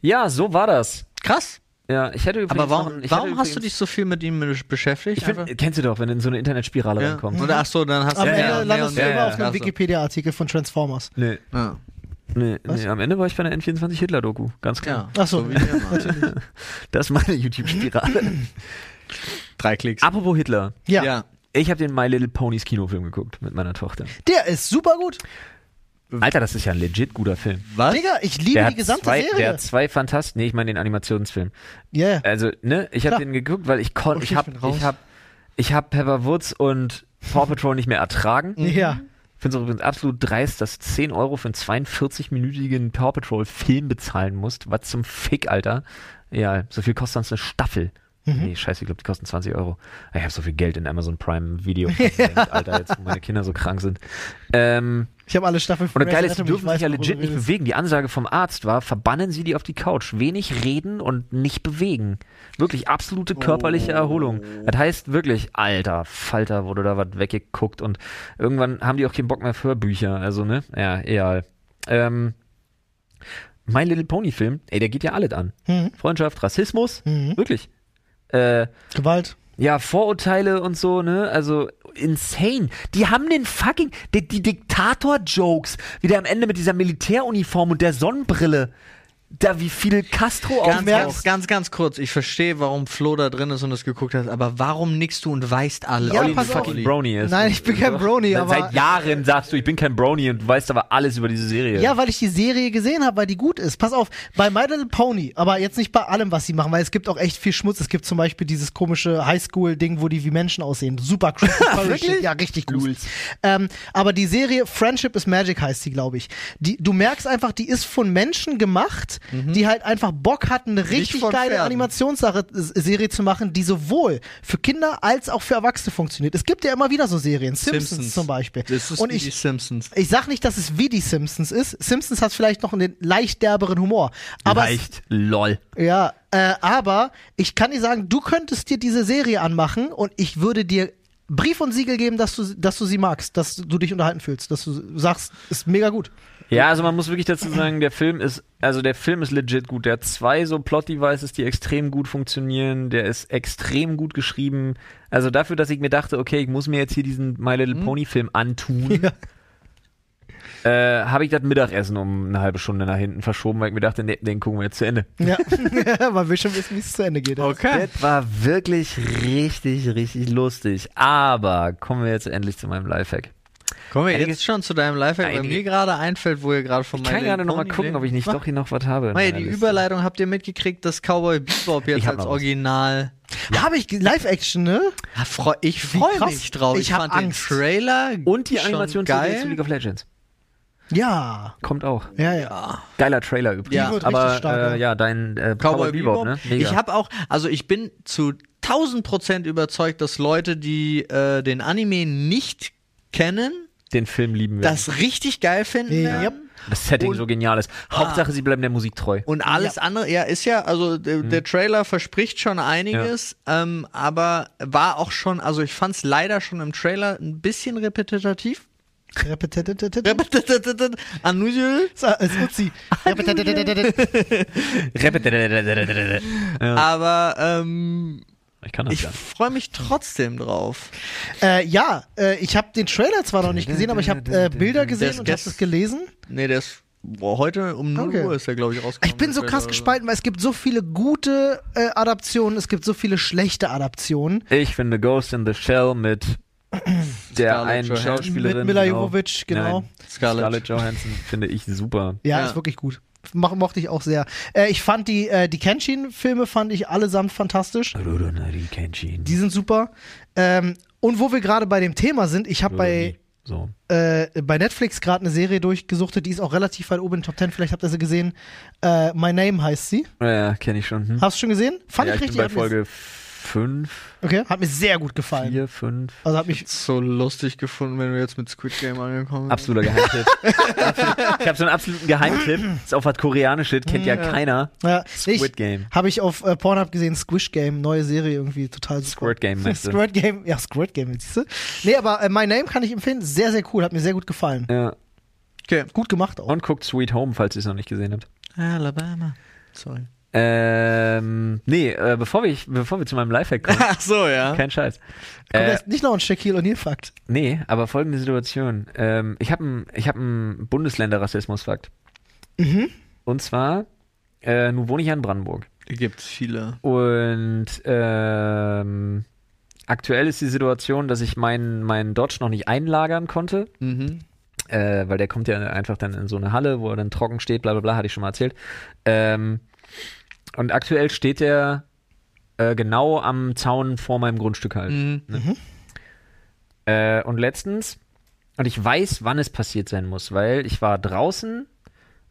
ja, so war das. krass. Ja, ich hätte übrigens Aber noch warum, ein- ich hätte warum hast du übrigens- dich so viel mit ihm beschäftigt? Ich find, kennst du doch, wenn du in so eine Internetspirale ja. reinkommst. Oder ach so, dann hast Am du Ende ja, landest du ja, immer ja, auf einem Wikipedia-Artikel von Transformers. Nee, Ja, nee, nee, am Ende war ich bei einer N24 Hitler-Doku, ganz klar. ja. Ach so. wie wir mal. Das ist meine YouTube-Spirale. Drei Klicks. Apropos Hitler. Ah, Ja. Ich habe den My Little Ponies Kinofilm geguckt mit meiner Tochter. Der ist super gut. Alter, das ist ja ein legit guter Film. Was? Digga, ich liebe Der die hat, gesamte zwei, der Serie. hat zwei Fantasten. Nee, ich meine den Animationsfilm. Ja, ja. Also, ne, ich habe Klar. den geguckt, weil ich konnte, Okay, ich habe, ich bin raus. ich habe, ich habe Pepper Woods und Paw Patrol nicht mehr ertragen. ja. Finde es übrigens absolut dreist, dass 10 Euro für einen 42-minütigen Paw Patrol Film bezahlen musst. Was zum Fick, Alter. Ja, so viel kostet sonst eine Staffel. Mhm. Nee, scheiße, ich glaube, die kosten 20 Euro. Ich habe so viel Geld in Amazon Prime Video. versenkt, Alter, jetzt wo meine Kinder so krank sind. Ähm, Ich habe alle Staffeln von und das Grey's Geile ist, die Anatomy, dürfen ich weiß, sich ja worüber legit du nicht redest. bewegen. Die Ansage vom Arzt war, verbannen Sie die auf die Couch. Wenig reden und nicht bewegen. Wirklich absolute Oh. körperliche Erholung. Das heißt wirklich, alter Falter wurde da was weggeguckt und irgendwann haben die auch keinen Bock mehr für Bücher. Also, ne? Ja, egal. Ähm, My Little Pony Film, ey, der geht ja alles an. Mhm. Freundschaft, Rassismus, Mhm. wirklich. Äh, Gewalt. ja, Vorurteile und so, ne? Also insane. Die haben den fucking die, die Diktator-Jokes wieder am Ende mit dieser Militäruniform und der Sonnenbrille. Da wie viel Castro Ganz, aufmerkt. ganz, ganz, ganz kurz. Ich verstehe, warum Flo da drin ist und das geguckt hat, aber warum nickst du und weißt alle? Ja, Olli, genau. pass du auf. fucking Brony ist. Nein, ich bin kein Brony, aber. Seit Jahren sagst du, ich bin kein Brony und weißt aber alles über diese Serie. Ja, weil ich die Serie gesehen habe, weil die gut ist. Pass auf, bei My Little Pony, aber jetzt nicht bei allem, was sie machen, weil es gibt auch echt viel Schmutz. Es gibt zum Beispiel dieses komische Highschool-Ding, wo die wie Menschen aussehen. Super creepy. voll richtig- ja, richtig cool. Ähm, aber die Serie Friendship is Magic heißt sie, glaube ich. Die, du merkst einfach, die ist von Menschen gemacht, die halt einfach Bock hatten, eine richtig Mhm. von geile Pferden. Animationsserie zu machen, die sowohl für Kinder als auch für Erwachsene funktioniert. Es gibt ja immer wieder so Serien. Simpsons, Simpsons. zum Beispiel. Das ist Und wie ich, die Simpsons. ich sag nicht, dass es wie die Simpsons ist. Simpsons hat vielleicht noch einen leicht derberen Humor. Aber Leicht. Lol. Es, ja, äh, aber ich kann dir sagen, du könntest dir diese Serie anmachen und ich würde dir Brief und Siegel geben, dass du, dass du sie magst, dass du dich unterhalten fühlst, dass du sagst, ist mega gut. Ja, also man muss wirklich dazu sagen, der Film ist, also der Film ist legit gut. Der hat zwei so Plot-Devices, die extrem gut funktionieren. Der ist extrem gut geschrieben. Also dafür, dass ich mir dachte, okay, ich muss mir jetzt hier diesen My Little Mhm. Pony-Film antun, äh, habe ich das Mittagessen um eine halbe Stunde nach hinten verschoben, weil ich mir dachte, nee, den gucken wir jetzt zu Ende. Ja, man will schon wissen, wie es zu Ende geht. Okay. Das war wirklich richtig, richtig lustig. Aber kommen wir jetzt endlich zu meinem Lifehack. Kommen wir Einige- jetzt schon zu deinem Lifehack, weil Einige- mir gerade einfällt, wo ihr gerade von Ich kann gerade nochmal gucken, ob ich nicht doch hier noch was habe. in Maya, meiner die Liste. Überleitung habt ihr mitgekriegt, dass Cowboy Bebop jetzt Ich hab als noch was. Original. Habe ich ge- Live-Action, ne? Ja, freu, ich freue krass. mich drauf. Ich hab fand Angst. den Trailer Und die schon Animation zu geil. League of Legends. Ja. Kommt auch. Ja, ja. Geiler Trailer übrigens. Ja. Die wird richtig aber stark, ja. äh, ja, dein äh, Cowboy Bebop. ne? Ich habe auch, also ich bin zu 1000 Prozent überzeugt, dass Leute, die äh, den Anime nicht kennen, den Film lieben wir. das richtig geil finden Ja. werden. das Setting Und- so genial ist. Hauptsache, sie bleiben der Musik treu. Und alles andere, ja, ist ja, also der, der Trailer verspricht schon einiges, ähm, aber war auch schon, also ich fand es leider schon im Trailer ein bisschen repetitiv. Repetitiv. Ah, Repetitiv. Unusual. Als Uzi. Repetitiv. ja, Aber ähm, ich kann das ich ja. freue mich trotzdem drauf. Äh, ja, äh, ich habe den Trailer zwar noch nicht gesehen, aber ich habe äh, Bilder gesehen und habe es gelesen. Nee, der ist boah, heute um 0 Okay. Uhr ist der, glaube ich, rausgekommen. Ich äh, bin der so Trailer krass oder gespalten, weil es gibt so viele gute äh, Adaptionen, es gibt so viele schlechte Adaptionen. Ich finde Ghost in the Shell mit der Scarlett einen Johansson. Schauspielerin. Mit Milla genau. Jovovich, genau. Nein, Scarlett. Scarlett. Johansson finde ich super. Ja, Ja. ist wirklich gut. Mo mochte ich auch sehr. Äh, ich fand die, äh, die Kenshin-Filme fand ich allesamt fantastisch. Ruronari Kenshin. Die sind super. Ähm, und wo wir gerade bei dem Thema sind, ich habe bei, So. äh, bei Netflix gerade eine Serie durchgesuchtet, die ist auch relativ weit oben in den Top Ten, vielleicht habt ihr sie gesehen. Äh, My Name heißt sie. Ja, Ja, kenne ich schon. Hm? Hast du schon gesehen? Fand ja, ich ich richtig. bin bei hat mir- Folge 5, okay, hat mir sehr gut gefallen. 4, 5. Also hat mich So lustig gefunden, wenn du jetzt mit Squid Game angekommen bist. Absoluter Geheimtipp. Absolut- ich habe so einen absoluten Geheimtipp. Ist auf was Koreanisches, kennt ja keiner. Ja, Squid Game. Habe ich auf äh, Pornhub gesehen, Squish Game, neue Serie irgendwie total super. Squirt Game, meinst du? Squirt Game, ja, Squirt Game, siehst du? Nee, aber äh, My Name kann ich empfehlen, sehr, sehr cool, hat mir sehr gut gefallen. Ja. Okay. Gut gemacht auch. Und guckt Sweet Home, falls ihr es noch nicht gesehen habt. Alabama. Sorry. Ähm, nee, äh, bevor, wir, bevor wir zu meinem Lifehack kommen, Ach so, ja. kein Scheiß. Kommt Äh, jetzt nicht noch ein Shaquille O'Neal-Fakt. nee, aber folgende Situation. Ähm, ich habe einen hab n Bundesländer-Rassismus-Fakt. Und zwar, äh, nun wohne ich ja in Brandenburg. Da gibt's viele. Und ähm, aktuell ist die Situation, dass ich meinen meinen Dodge noch nicht einlagern konnte, Mhm. äh, weil der kommt ja einfach dann in so eine Halle, wo er dann trocken steht, bla bla bla, hatte ich schon mal erzählt. Ähm, und aktuell steht der äh, genau am Zaun vor meinem Grundstück halt. Mhm. Äh, und letztens, und ich weiß, wann es passiert sein muss, weil ich war draußen,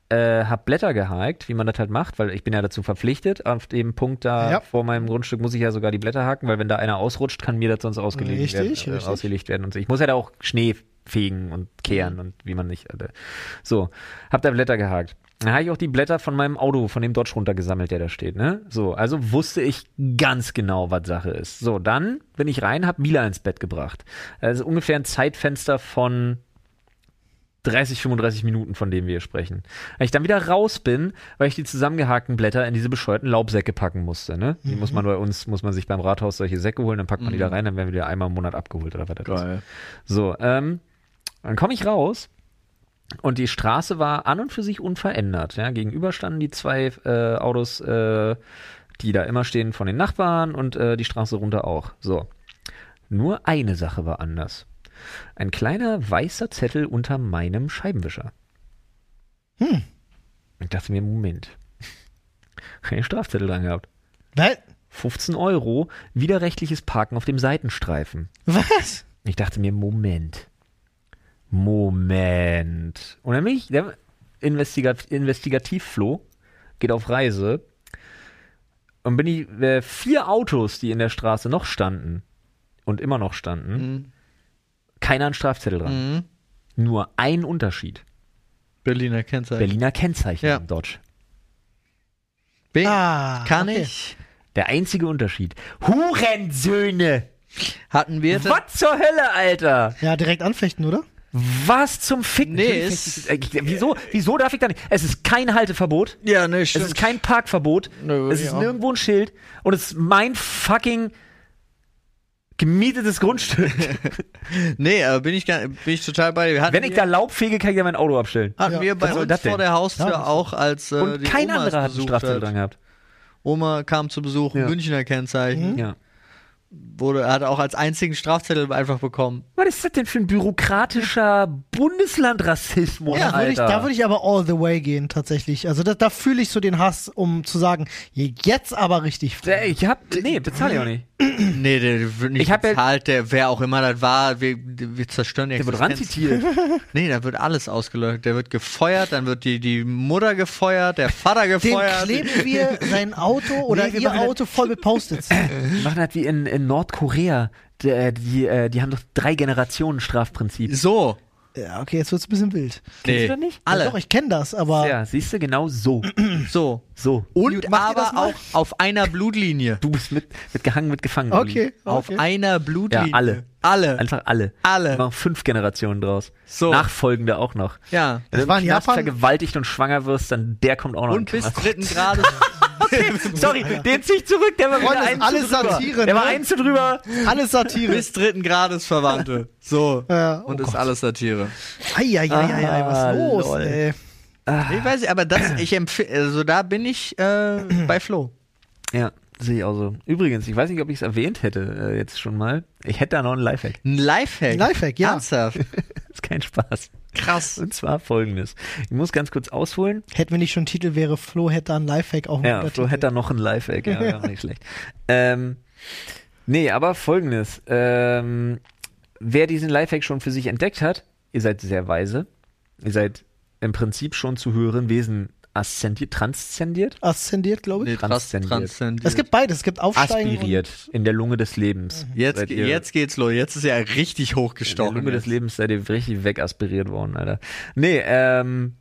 äh, hab Blätter gehakt, wie man das halt macht, weil ich bin ja dazu verpflichtet. Auf dem Punkt da Ja. vor meinem Grundstück muss ich ja sogar die Blätter haken, weil wenn da einer ausrutscht, kann mir das sonst ausgelegt Richtig, werden, äh, richtig. ausgelegt werden und so. Ich muss ja da auch Schnee fegen und Mhm. kehren und wie man nicht. Äh, so, hab da Blätter gehakt. Dann habe ich auch die Blätter von meinem Auto, von dem Dodge runtergesammelt, der da steht, ne? So, also wusste ich ganz genau, was Sache ist. So, dann bin ich rein, hab Mila ins Bett gebracht. Also ungefähr ein Zeitfenster von 30, 35 Minuten, von dem wir hier sprechen. Weil ich dann wieder raus bin, weil ich die zusammengehakten Blätter in diese bescheuerten Laubsäcke packen musste. Ne? Die muss man bei uns, muss man sich beim Rathaus solche Säcke holen, dann packt man die da rein, dann werden wir die einmal im Monat abgeholt oder was das ist. Geil. So, ähm, dann komme ich raus und die Straße war an und für sich unverändert. Ja? Gegenüber standen die zwei äh, Autos, äh, die da immer stehen von den Nachbarn und äh, die Straße runter auch. So. Nur eine Sache war anders. Ein kleiner weißer Zettel unter meinem Scheibenwischer. Hm. Ich dachte mir, Moment. Keinen Strafzettel dran gehabt. Weil, 15 Euro, widerrechtliches Parken auf dem Seitenstreifen. was? Ich dachte mir, Moment. Moment. Und dann bin ich, der Investiga Investigativfloh geht auf Reise und bin ich äh, vier Autos, die in der Straße noch standen und immer noch standen, Mhm. keiner ein Strafzettel dran. Mhm. Nur ein Unterschied. Berliner Kennzeichen. Berliner Kennzeichen Ja. im Dodge. B. Ah, Kann okay. ich. Der einzige Unterschied. Hurensöhne! Hatten wir das? Was zur Hölle, Alter? Ja, direkt anfechten, oder? Was zum Fick? Nee, Natürlich es- fängt es- äh, wieso, wieso darf ich da nicht? Es ist kein Halteverbot. Ja, ne, Es ist kein Parkverbot. Nö, es ist ja. nirgendwo ein Schild. Und es ist mein fucking gemietetes Grundstück. Nee, aber bin ich, gar, bin ich total bei dir. Hatten Wenn ich wir, da Laub fege, kann ich ja mein Auto abstellen. hatten Ja. wir bei Was soll uns das denn? vor der Haustür Ja. auch, als äh, Und die kein Omas anderer hat einen besucht halt. Strafzettel hat. dran gehabt. Oma kam zu Besuch, Ja. Mhm. Hm? Münchner Kennzeichen. Ja. wurde, hat auch als einzigen Strafzettel einfach bekommen. Was ist das denn für ein bürokratischer Bundeslandrassismus, Ja, würd ich, Alter? da würde ich aber all the way gehen, tatsächlich. Also da, da fühle ich so den Hass, um zu sagen, jetzt aber richtig. frei. Der- ich hab, nee, bezahle ich auch nicht. Nee, der wird nicht Ich hab ja- bezahlt, der, wer auch immer das war, wir, wir zerstören die Der wird Existenz. ranzitiert. Nee, da wird alles ausgelöscht. Der wird gefeuert, dann wird die, die Mutter gefeuert, der Vater Dem gefeuert. kleben wir sein Auto oder Nee, wir ihr machen- Auto voll mit Post-its. Die machen halt wie in, in Nordkorea. Die, die, äh, die haben doch drei Generationen Strafprinzip. so. ja, okay, jetzt wird's ein bisschen wild. Kennst Nee. du das nicht? Alle. Ja, doch, ich kenne das, aber Ja, siehst du, genau so. So. So. Und Gut, macht ihr das aber mal? auch auf einer Blutlinie. Du bist mit, mit gehangen, mit gefangen. Okay. Uli. Auf einer Blutlinie. Ja, alle. Alle. Einfach alle. Genau. Alle. Wir machen fünf Generationen draus. So. Nachfolgende auch noch. Ja. Wenn du war in im Knast Japan- vergewaltigt und schwanger wirst, dann der kommt auch noch Und in den bis Knast. dritten Grades. Sorry, den zieh ich zurück, der war wieder Freunde, eins alles zu drüber. Satire, Der war ne? eins zu drüber. alles Satire. bis dritten Grades Verwandte. So. Ja, oh Und ist Gott. alles Satire. Eieieiei, Ah, was ist los, lol. ey. Ich weiß nicht, aber das, ich empfehle, also da bin ich äh, bei Flo. Ja, sehe ich auch so. Übrigens, ich weiß nicht, ob ich es erwähnt hätte äh, jetzt schon mal. Ich hätte da noch einen Lifehack. Ein Lifehack. Ein Lifehack, ja. Ernsthaft. ist kein Spaß. Krass. Und zwar folgendes. Ich muss ganz kurz ausholen. Hätten wir nicht schon einen Titel, wäre Flo hätte einen Lifehack auch Ja, Flo hätte da noch einen Lifehack. Ja, wäre auch nicht schlecht. Ähm, nee, aber folgendes. Ähm, wer diesen Lifehack schon für sich entdeckt hat, ihr seid sehr weise. Ihr seid im Prinzip schon zu höheren Wesen aszendiert, transzendiert, aszendiert, glaube ich. Nee, trans- Transzendiert. transzendiert. Es gibt beides, es gibt Aufsteigen. aspiriert in der Lunge des Lebens. Jetzt, Seid ihr- jetzt geht's los. Jetzt ist er richtig der hochgestochen. Lunge des jetzt. Lebens seid ihr richtig wegaspiriert worden, Alter. Nee, ähm,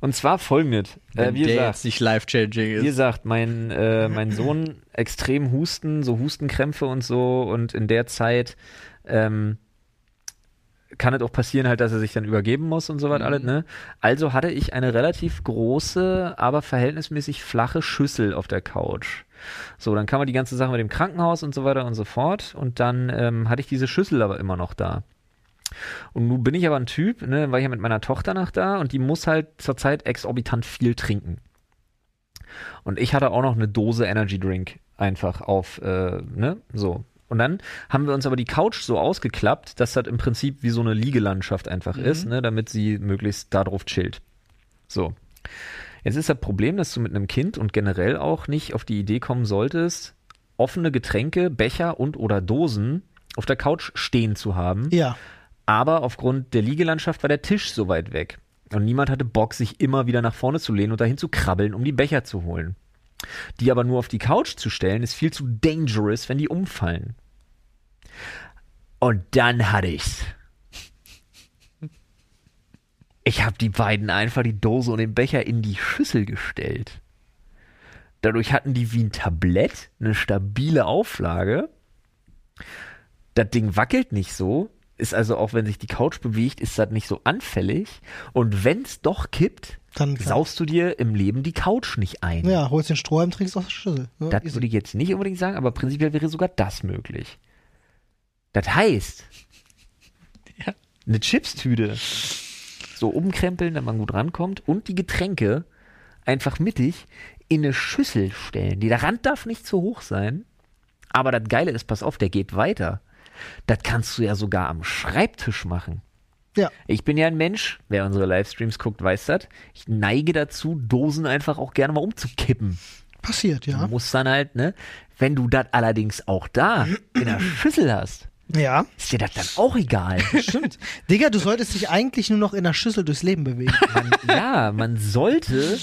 und zwar folgendes. Äh, Wenn wie der gesagt, jetzt nicht life-changing Wie ist. gesagt, mein, äh, mein Sohn extrem Husten, so Hustenkrämpfe und so. Und in der Zeit ähm, kann es auch passieren, halt, dass er sich dann übergeben muss und so was alles. Ne? Also hatte ich eine relativ große, aber verhältnismäßig flache Schüssel auf der Couch. So, dann kam man die ganze Sache mit dem Krankenhaus und so weiter und so fort. Und dann ähm, hatte ich diese Schüssel aber immer noch da. Und nun bin ich aber ein Typ, ne, dann war ich ja mit meiner Tochter nach da und die muss halt zurzeit exorbitant viel trinken. Und ich hatte auch noch eine Dose Energy Drink einfach auf, äh, ne, so. Und dann haben wir uns aber die Couch so ausgeklappt, dass das im Prinzip wie so eine Liegelandschaft einfach ist, ne, damit sie möglichst da drauf chillt. So. Jetzt ist das Problem, dass du mit einem Kind und generell auch nicht auf die Idee kommen solltest, offene Getränke, Becher und oder Dosen auf der Couch stehen zu haben. Ja, Aber aufgrund der Liegelandschaft war der Tisch so weit weg. Und niemand hatte Bock, sich immer wieder nach vorne zu lehnen und dahin zu krabbeln, um die Becher zu holen. Die aber nur auf die Couch zu stellen, ist viel zu dangerous, wenn die umfallen. Und dann hatte ich's. Ich habe die beiden einfach die Dose und den Becher in die Schüssel gestellt. Dadurch hatten die wie ein Tablett eine stabile Auflage. Das Ding wackelt nicht so, ist also auch wenn sich die Couch bewegt, ist das nicht so anfällig. Und wenn's doch kippt, Dann- saust du dir im Leben die Couch nicht ein. ja, holst den Strohhalm, trinkst aus der Schüssel. So, Das Oh, easy. würde ich jetzt nicht unbedingt sagen, aber prinzipiell wäre sogar das möglich. Das heißt, eine Chipstüte so umkrempeln, damit man gut rankommt und die Getränke einfach mittig in eine Schüssel stellen. Der Rand darf nicht zu hoch sein, aber das Geile ist, pass auf, der geht weiter. Das kannst du ja sogar am Schreibtisch machen. ja. Ich bin ja ein Mensch, wer unsere Livestreams guckt, weiß das. Ich neige dazu, Dosen einfach auch gerne mal umzukippen. Passiert, Du ja. musst dann halt, ne? Wenn du das allerdings auch da in der Schüssel hast, Ja, ist dir das dann auch egal. stimmt. Digga, du solltest dich eigentlich nur noch in der Schüssel durchs Leben bewegen. Man, ja, man sollte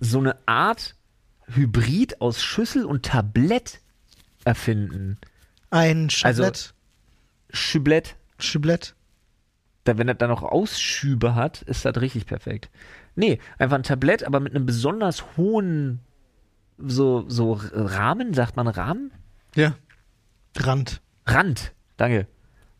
so eine Art Hybrid aus Schüssel und Tablett erfinden. Ein Also- Schablett. Schüblett, Schablett. da, wenn das dann noch Ausschübe hat, ist das richtig perfekt. Nee, einfach ein Tablett, aber mit einem besonders hohen so, so Rahmen, sagt man Rahmen? Ja. Rand. Rand, danke.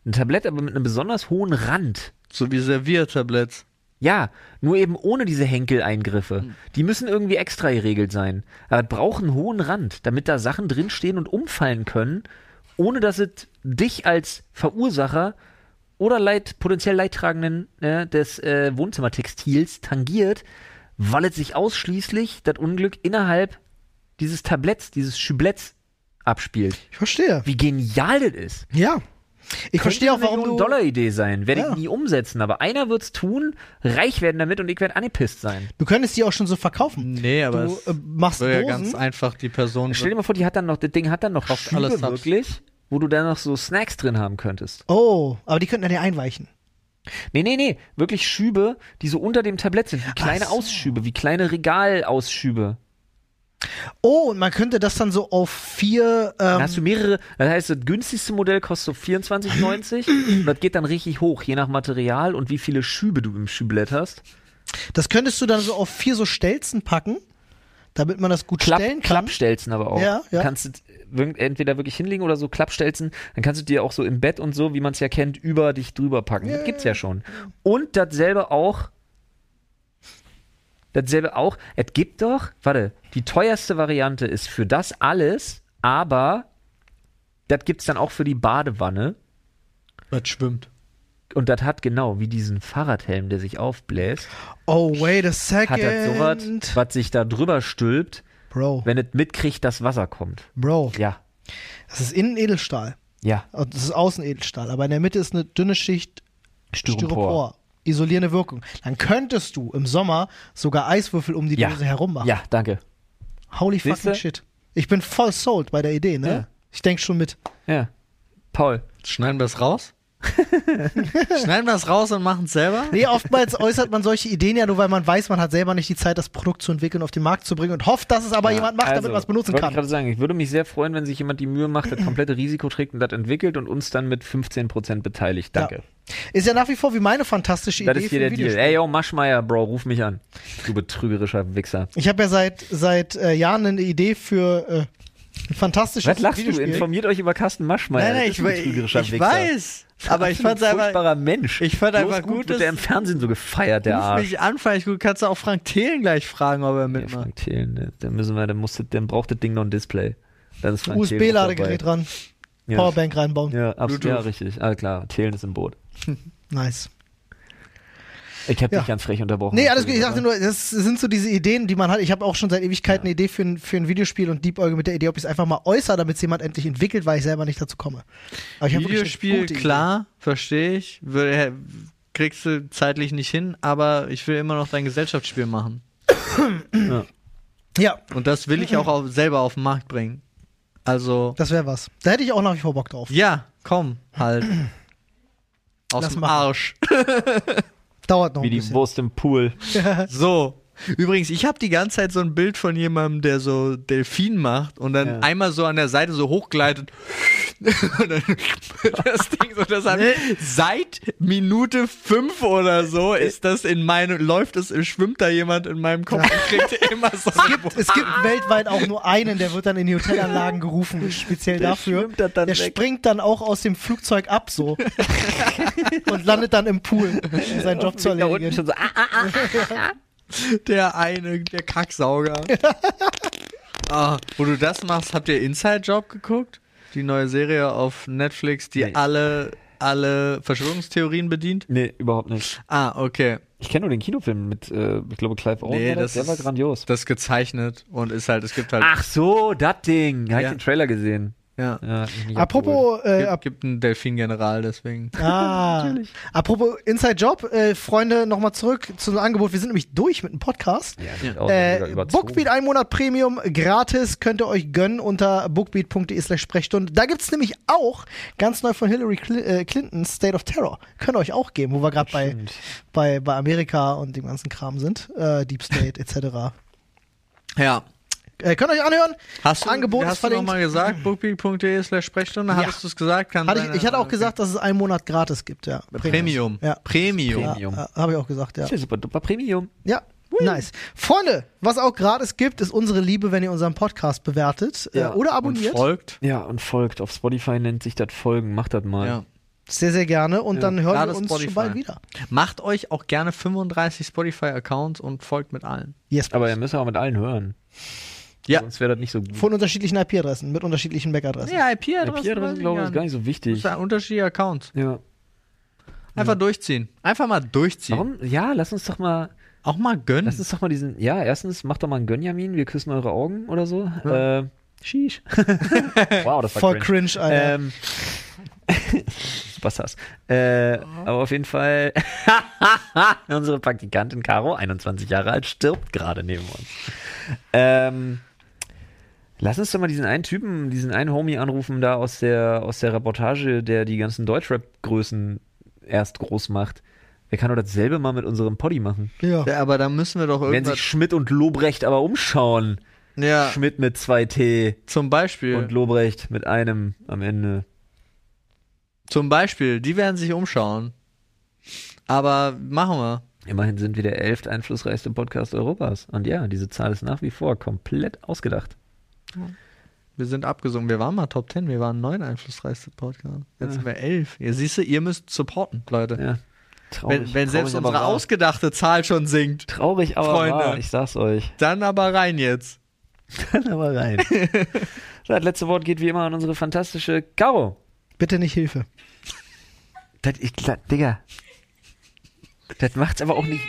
Ein Tablett, aber mit einem besonders hohen Rand. So wie Serviertabletts. Ja, nur eben ohne diese Henkeleingriffe. Die müssen irgendwie extra geregelt sein. Aber es braucht einen hohen Rand, damit da Sachen drinstehen und umfallen können, ohne dass es dich als Verursacher oder Leit, potenziell Leidtragenden äh, des äh, Wohnzimmertextils tangiert, weil es sich ausschließlich das Unglück innerhalb dieses Tabletts, dieses Schübletts abspielt. Ich verstehe. Wie genial das ist. Ja. Ich verstehe auch, warum du. Dollar-Idee sein. Werde Ja. ich nie umsetzen, aber einer wird's tun, reich werden damit und ich werde angepisst sein. Du könntest die auch schon so verkaufen. Hm. Nee, aber du es äh, machst würde ja Dosen. ganz einfach die Person. Stell dir mal vor, die hat dann noch, das Ding hat dann noch Braucht Schübe alles Subs. wirklich, wo du dann noch so Snacks drin haben könntest. oh, aber die könnten dann ja einweichen. Nee, nee, nee. Wirklich Schübe, die so unter dem Tablett sind. Wie kleine so. Ausschübe, wie kleine Regalausschübe. Oh, und man könnte das dann so auf vier. Dann Ähm, hast du mehrere. Das heißt, das günstigste Modell kostet so 24,90 und das geht dann richtig hoch, je nach Material und wie viele Schübe du im Schüblet hast. das könntest du dann so auf vier so Stelzen packen, damit man das gut Klapp, stellen kann. Klappstelzen aber auch. Ja, ja. Kannst du wirk- entweder wirklich hinlegen oder so Klappstelzen, dann kannst du dir auch so im Bett und so, wie man es ja kennt, über dich drüber packen. Das gibt's ja schon. Und dasselbe auch. Dasselbe auch. Es gibt doch, warte, die teuerste Variante ist für das alles, aber das gibt's dann auch für die Badewanne. das schwimmt. Und das hat genau wie diesen Fahrradhelm, der sich aufbläst, Oh, wait a hat das sowas, second. was sich da drüber stülpt, Bro, wenn es mitkriegt, dass Wasser kommt. Bro, Ja, das ist innen Edelstahl. ja. Und Das ist außen Edelstahl, aber in der Mitte ist eine dünne Schicht Styropor. Isolierende Wirkung. Dann könntest du im Sommer sogar Eiswürfel um die Ja. Dose herum machen. Ja, danke. Holy Siehste? fucking shit. Ich bin voll sold bei der Idee, ne? Ja. Ich denk schon mit. Ja. Paul. Schneiden wir es raus? Schneiden wir es raus und machen es selber? Nee, oftmals äußert man solche Ideen ja nur, weil man weiß, man hat selber nicht die Zeit, das Produkt zu entwickeln, auf den Markt zu bringen und hofft, dass es aber jemand macht, damit man es Also, benutzen wollte kann. Ich gerade sagen, ich würde mich sehr freuen, wenn sich jemand die Mühe macht, das komplette Risiko trägt und das entwickelt und uns dann mit 15% beteiligt. Danke. Ja. Ist ja nach wie vor wie meine fantastische Das Idee ist hier für der ein Deal. Videospiel. Ey, yo, Maschmeier, Bro, ruf mich an. Du betrügerischer Wichser. Ich habe ja seit seit äh, Jahren eine Idee für äh, ein fantastisches Was lachst du? Videospiel. Informiert euch über Carsten Maschmeier. Nein, nein, Das ich, ist ein betrügerischer ich Wichser. weiß. Aber ich Absolut fand es einfach. furchtbarer Mensch. ich fand Bloß einfach gut, wird dass- er im Fernsehen so gefeiert, der Ruf Arsch. mich an, fand ich gut. Kannst du auch Frank Thelen gleich fragen, ob er Ja, mitmacht. Frank Thelen, ne? dann müssen wir, dann, muss, das- dann braucht das Ding noch ein Display. Dann ist Frank Thelen auch USB-Ladegerät dabei. ran, Ja. Powerbank reinbauen. Ja, absolut. Ja, Bluetooth. richtig. Ah, klar. Thelen ist im Boot. Nice. Ich habe Ja. dich ganz frech unterbrochen. Nee, alles gut. Ich dachte nur, das sind so diese Ideen, die man hat. Ich habe auch schon seit Ewigkeiten eine Idee für ein, für ein Videospiel und Diebäuge mit der Idee, ob ich es einfach mal äußere, damit es jemand endlich entwickelt, weil ich selber nicht dazu komme. Aber ich hab wirklich eine Videospiel, gute Idee. klar, verstehe ich. Würde- Kriegst du zeitlich nicht hin, aber ich will immer noch dein Gesellschaftsspiel machen. Ja, Und das will ich auch auf, selber auf den Markt bringen. Also, das wäre was. Da hätte ich auch nach wie vor Bock drauf. ja, komm, halt. Aus Lass dem machen. Arsch. Dauert noch Wie ein die bisschen. Wurst im Pool. So. Übrigens, ich habe die ganze Zeit so ein Bild von jemandem, der so Delfin macht und dann Ja. einmal so an der Seite so hochgleitet. und dann das Ding so, das Ne? hat, seit Minute fünf oder so Äh. ist das in meinem, läuft es, schwimmt da jemand in meinem Kopf und kriegt immer so. Es gibt, es gibt weltweit auch nur einen, der wird dann in die Hotelanlagen gerufen, speziell dafür. schwimmt das dann der weg. springt dann auch aus dem Flugzeug ab so und landet dann im Pool, um seinen Job zu Da unten erledigen. schon so, ah, ah, ah. Der eine, der Kacksauger. ah, wo du das machst, habt ihr Inside Job geguckt? Die neue Serie auf Netflix, die Nee. alle, alle Verschwörungstheorien bedient? Nee, überhaupt nicht. Ah, okay. Ich kenne nur den Kinofilm mit, äh, ich glaube, Clive Owen. Nee, war das das, der war ist- grandios. Das ist gezeichnet und ist halt, es gibt halt. Ach so, das Ding. Da hab ich Ja. den Trailer gesehen. Ja. Ja, hat mich nicht abgeholt. Apropos, äh, Gibt, gibt einen Delfingeneral, deswegen. Ah, apropos Inside Job, äh, Freunde, nochmal zurück zu einem Angebot. Wir sind nämlich durch mit dem Podcast. Ja, das ist auch wieder Äh, überzogen. Bookbeat ein Monat Premium gratis könnt ihr euch gönnen unter bookbeat.de slash Sprechstunde. Da gibt's nämlich auch ganz neu von Hillary Cl äh, Clinton State of Terror. Könnt ihr euch auch geben, wo wir gerade bei, Stimmt. bei, bei Amerika und dem ganzen Kram sind. Äh, Deep State etc. Ja. Äh, könnt ihr euch anhören. Hast du, Angebot ist hast du verlinkt. nochmal gesagt, bookbeak.de slash Sprechstunde? Ja. Hattest du es gesagt? Kann Hatte sein, ich, ich hatte ja, auch gesagt, dass es einen Monat gratis gibt, ja. okay. Premium. Ja. Premium. Premium. Ja, äh, Habe ich auch gesagt, ja. Ja, super duper Premium. Ja, nice. Freunde, was auch gratis gibt, ist unsere Liebe, wenn ihr unseren Podcast bewertet Ja, äh, oder Und abonniert. folgt. Ja, und folgt. Auf Spotify nennt sich das Folgen. Macht das mal. Ja. Sehr, sehr gerne. Und dann hören wir Gerade uns Spotify. schon bald wieder. Macht euch auch gerne 35 Spotify-Accounts und folgt mit allen. Yes, Aber please. ihr müsst auch mit allen hören. Ja. Sonst wäre das nicht so gut. Von unterschiedlichen IP-Adressen, mit unterschiedlichen MAC-Adressen. Ja, Ja, Pierre, IP-Adresse. glaube ich, ist gar nicht so Das wichtig. ist ein unterschiedlicher Account. Ja. Einfach durchziehen. Einfach mal durchziehen. Warum? Ja, lass uns doch mal Auch mal Lass gönnen. uns doch mal diesen, ja, erstens macht doch mal einen Gönjamin, wir küssen eure Augen oder so. Äh, Sheesh. wow, das war Voll cringe. cringe, Alter. Ähm, super sass. Äh, aber auf jeden Fall, unsere Praktikantin Caro, 21 Jahre alt, stirbt gerade neben uns. Ähm, lass uns doch mal diesen einen Typen, diesen einen Homie anrufen, da aus der, aus der Reportage, der die ganzen Deutschrap-Größen erst groß macht. Wer kann doch dasselbe mal mit unserem Poddy machen? ja. Äh, Ja, aber da müssen wir doch Wenn sich irgendwas. Schmidt und Lobrecht aber umschauen. Ja, Schmidt mit 2T zum Beispiel. und Lobrecht mit einem am Ende. Zum Beispiel, die werden sich umschauen. Aber machen wir. Immerhin sind wir der elft einflussreichste Podcast Europas. Und ja, diese Zahl ist nach wie vor komplett ausgedacht. Wir sind abgesungen. Wir waren mal Top 10, wir waren neun einflussreichste Podcast. Jetzt Ja. sind wir elf. Ihr siehst du, ihr müsst supporten, Leute. Ja. Traurig, wenn wenn selbst traurig, aber unsere wahr. ausgedachte Zahl schon sinkt, Traurig, aber Freunde. wahr, ich sag's euch. dann aber rein jetzt. Dann aber rein. so, das letzte Wort geht wie immer an unsere fantastische Caro. Bitte nicht Hilfe. Das, ich, Digga. Das macht's aber auch nicht.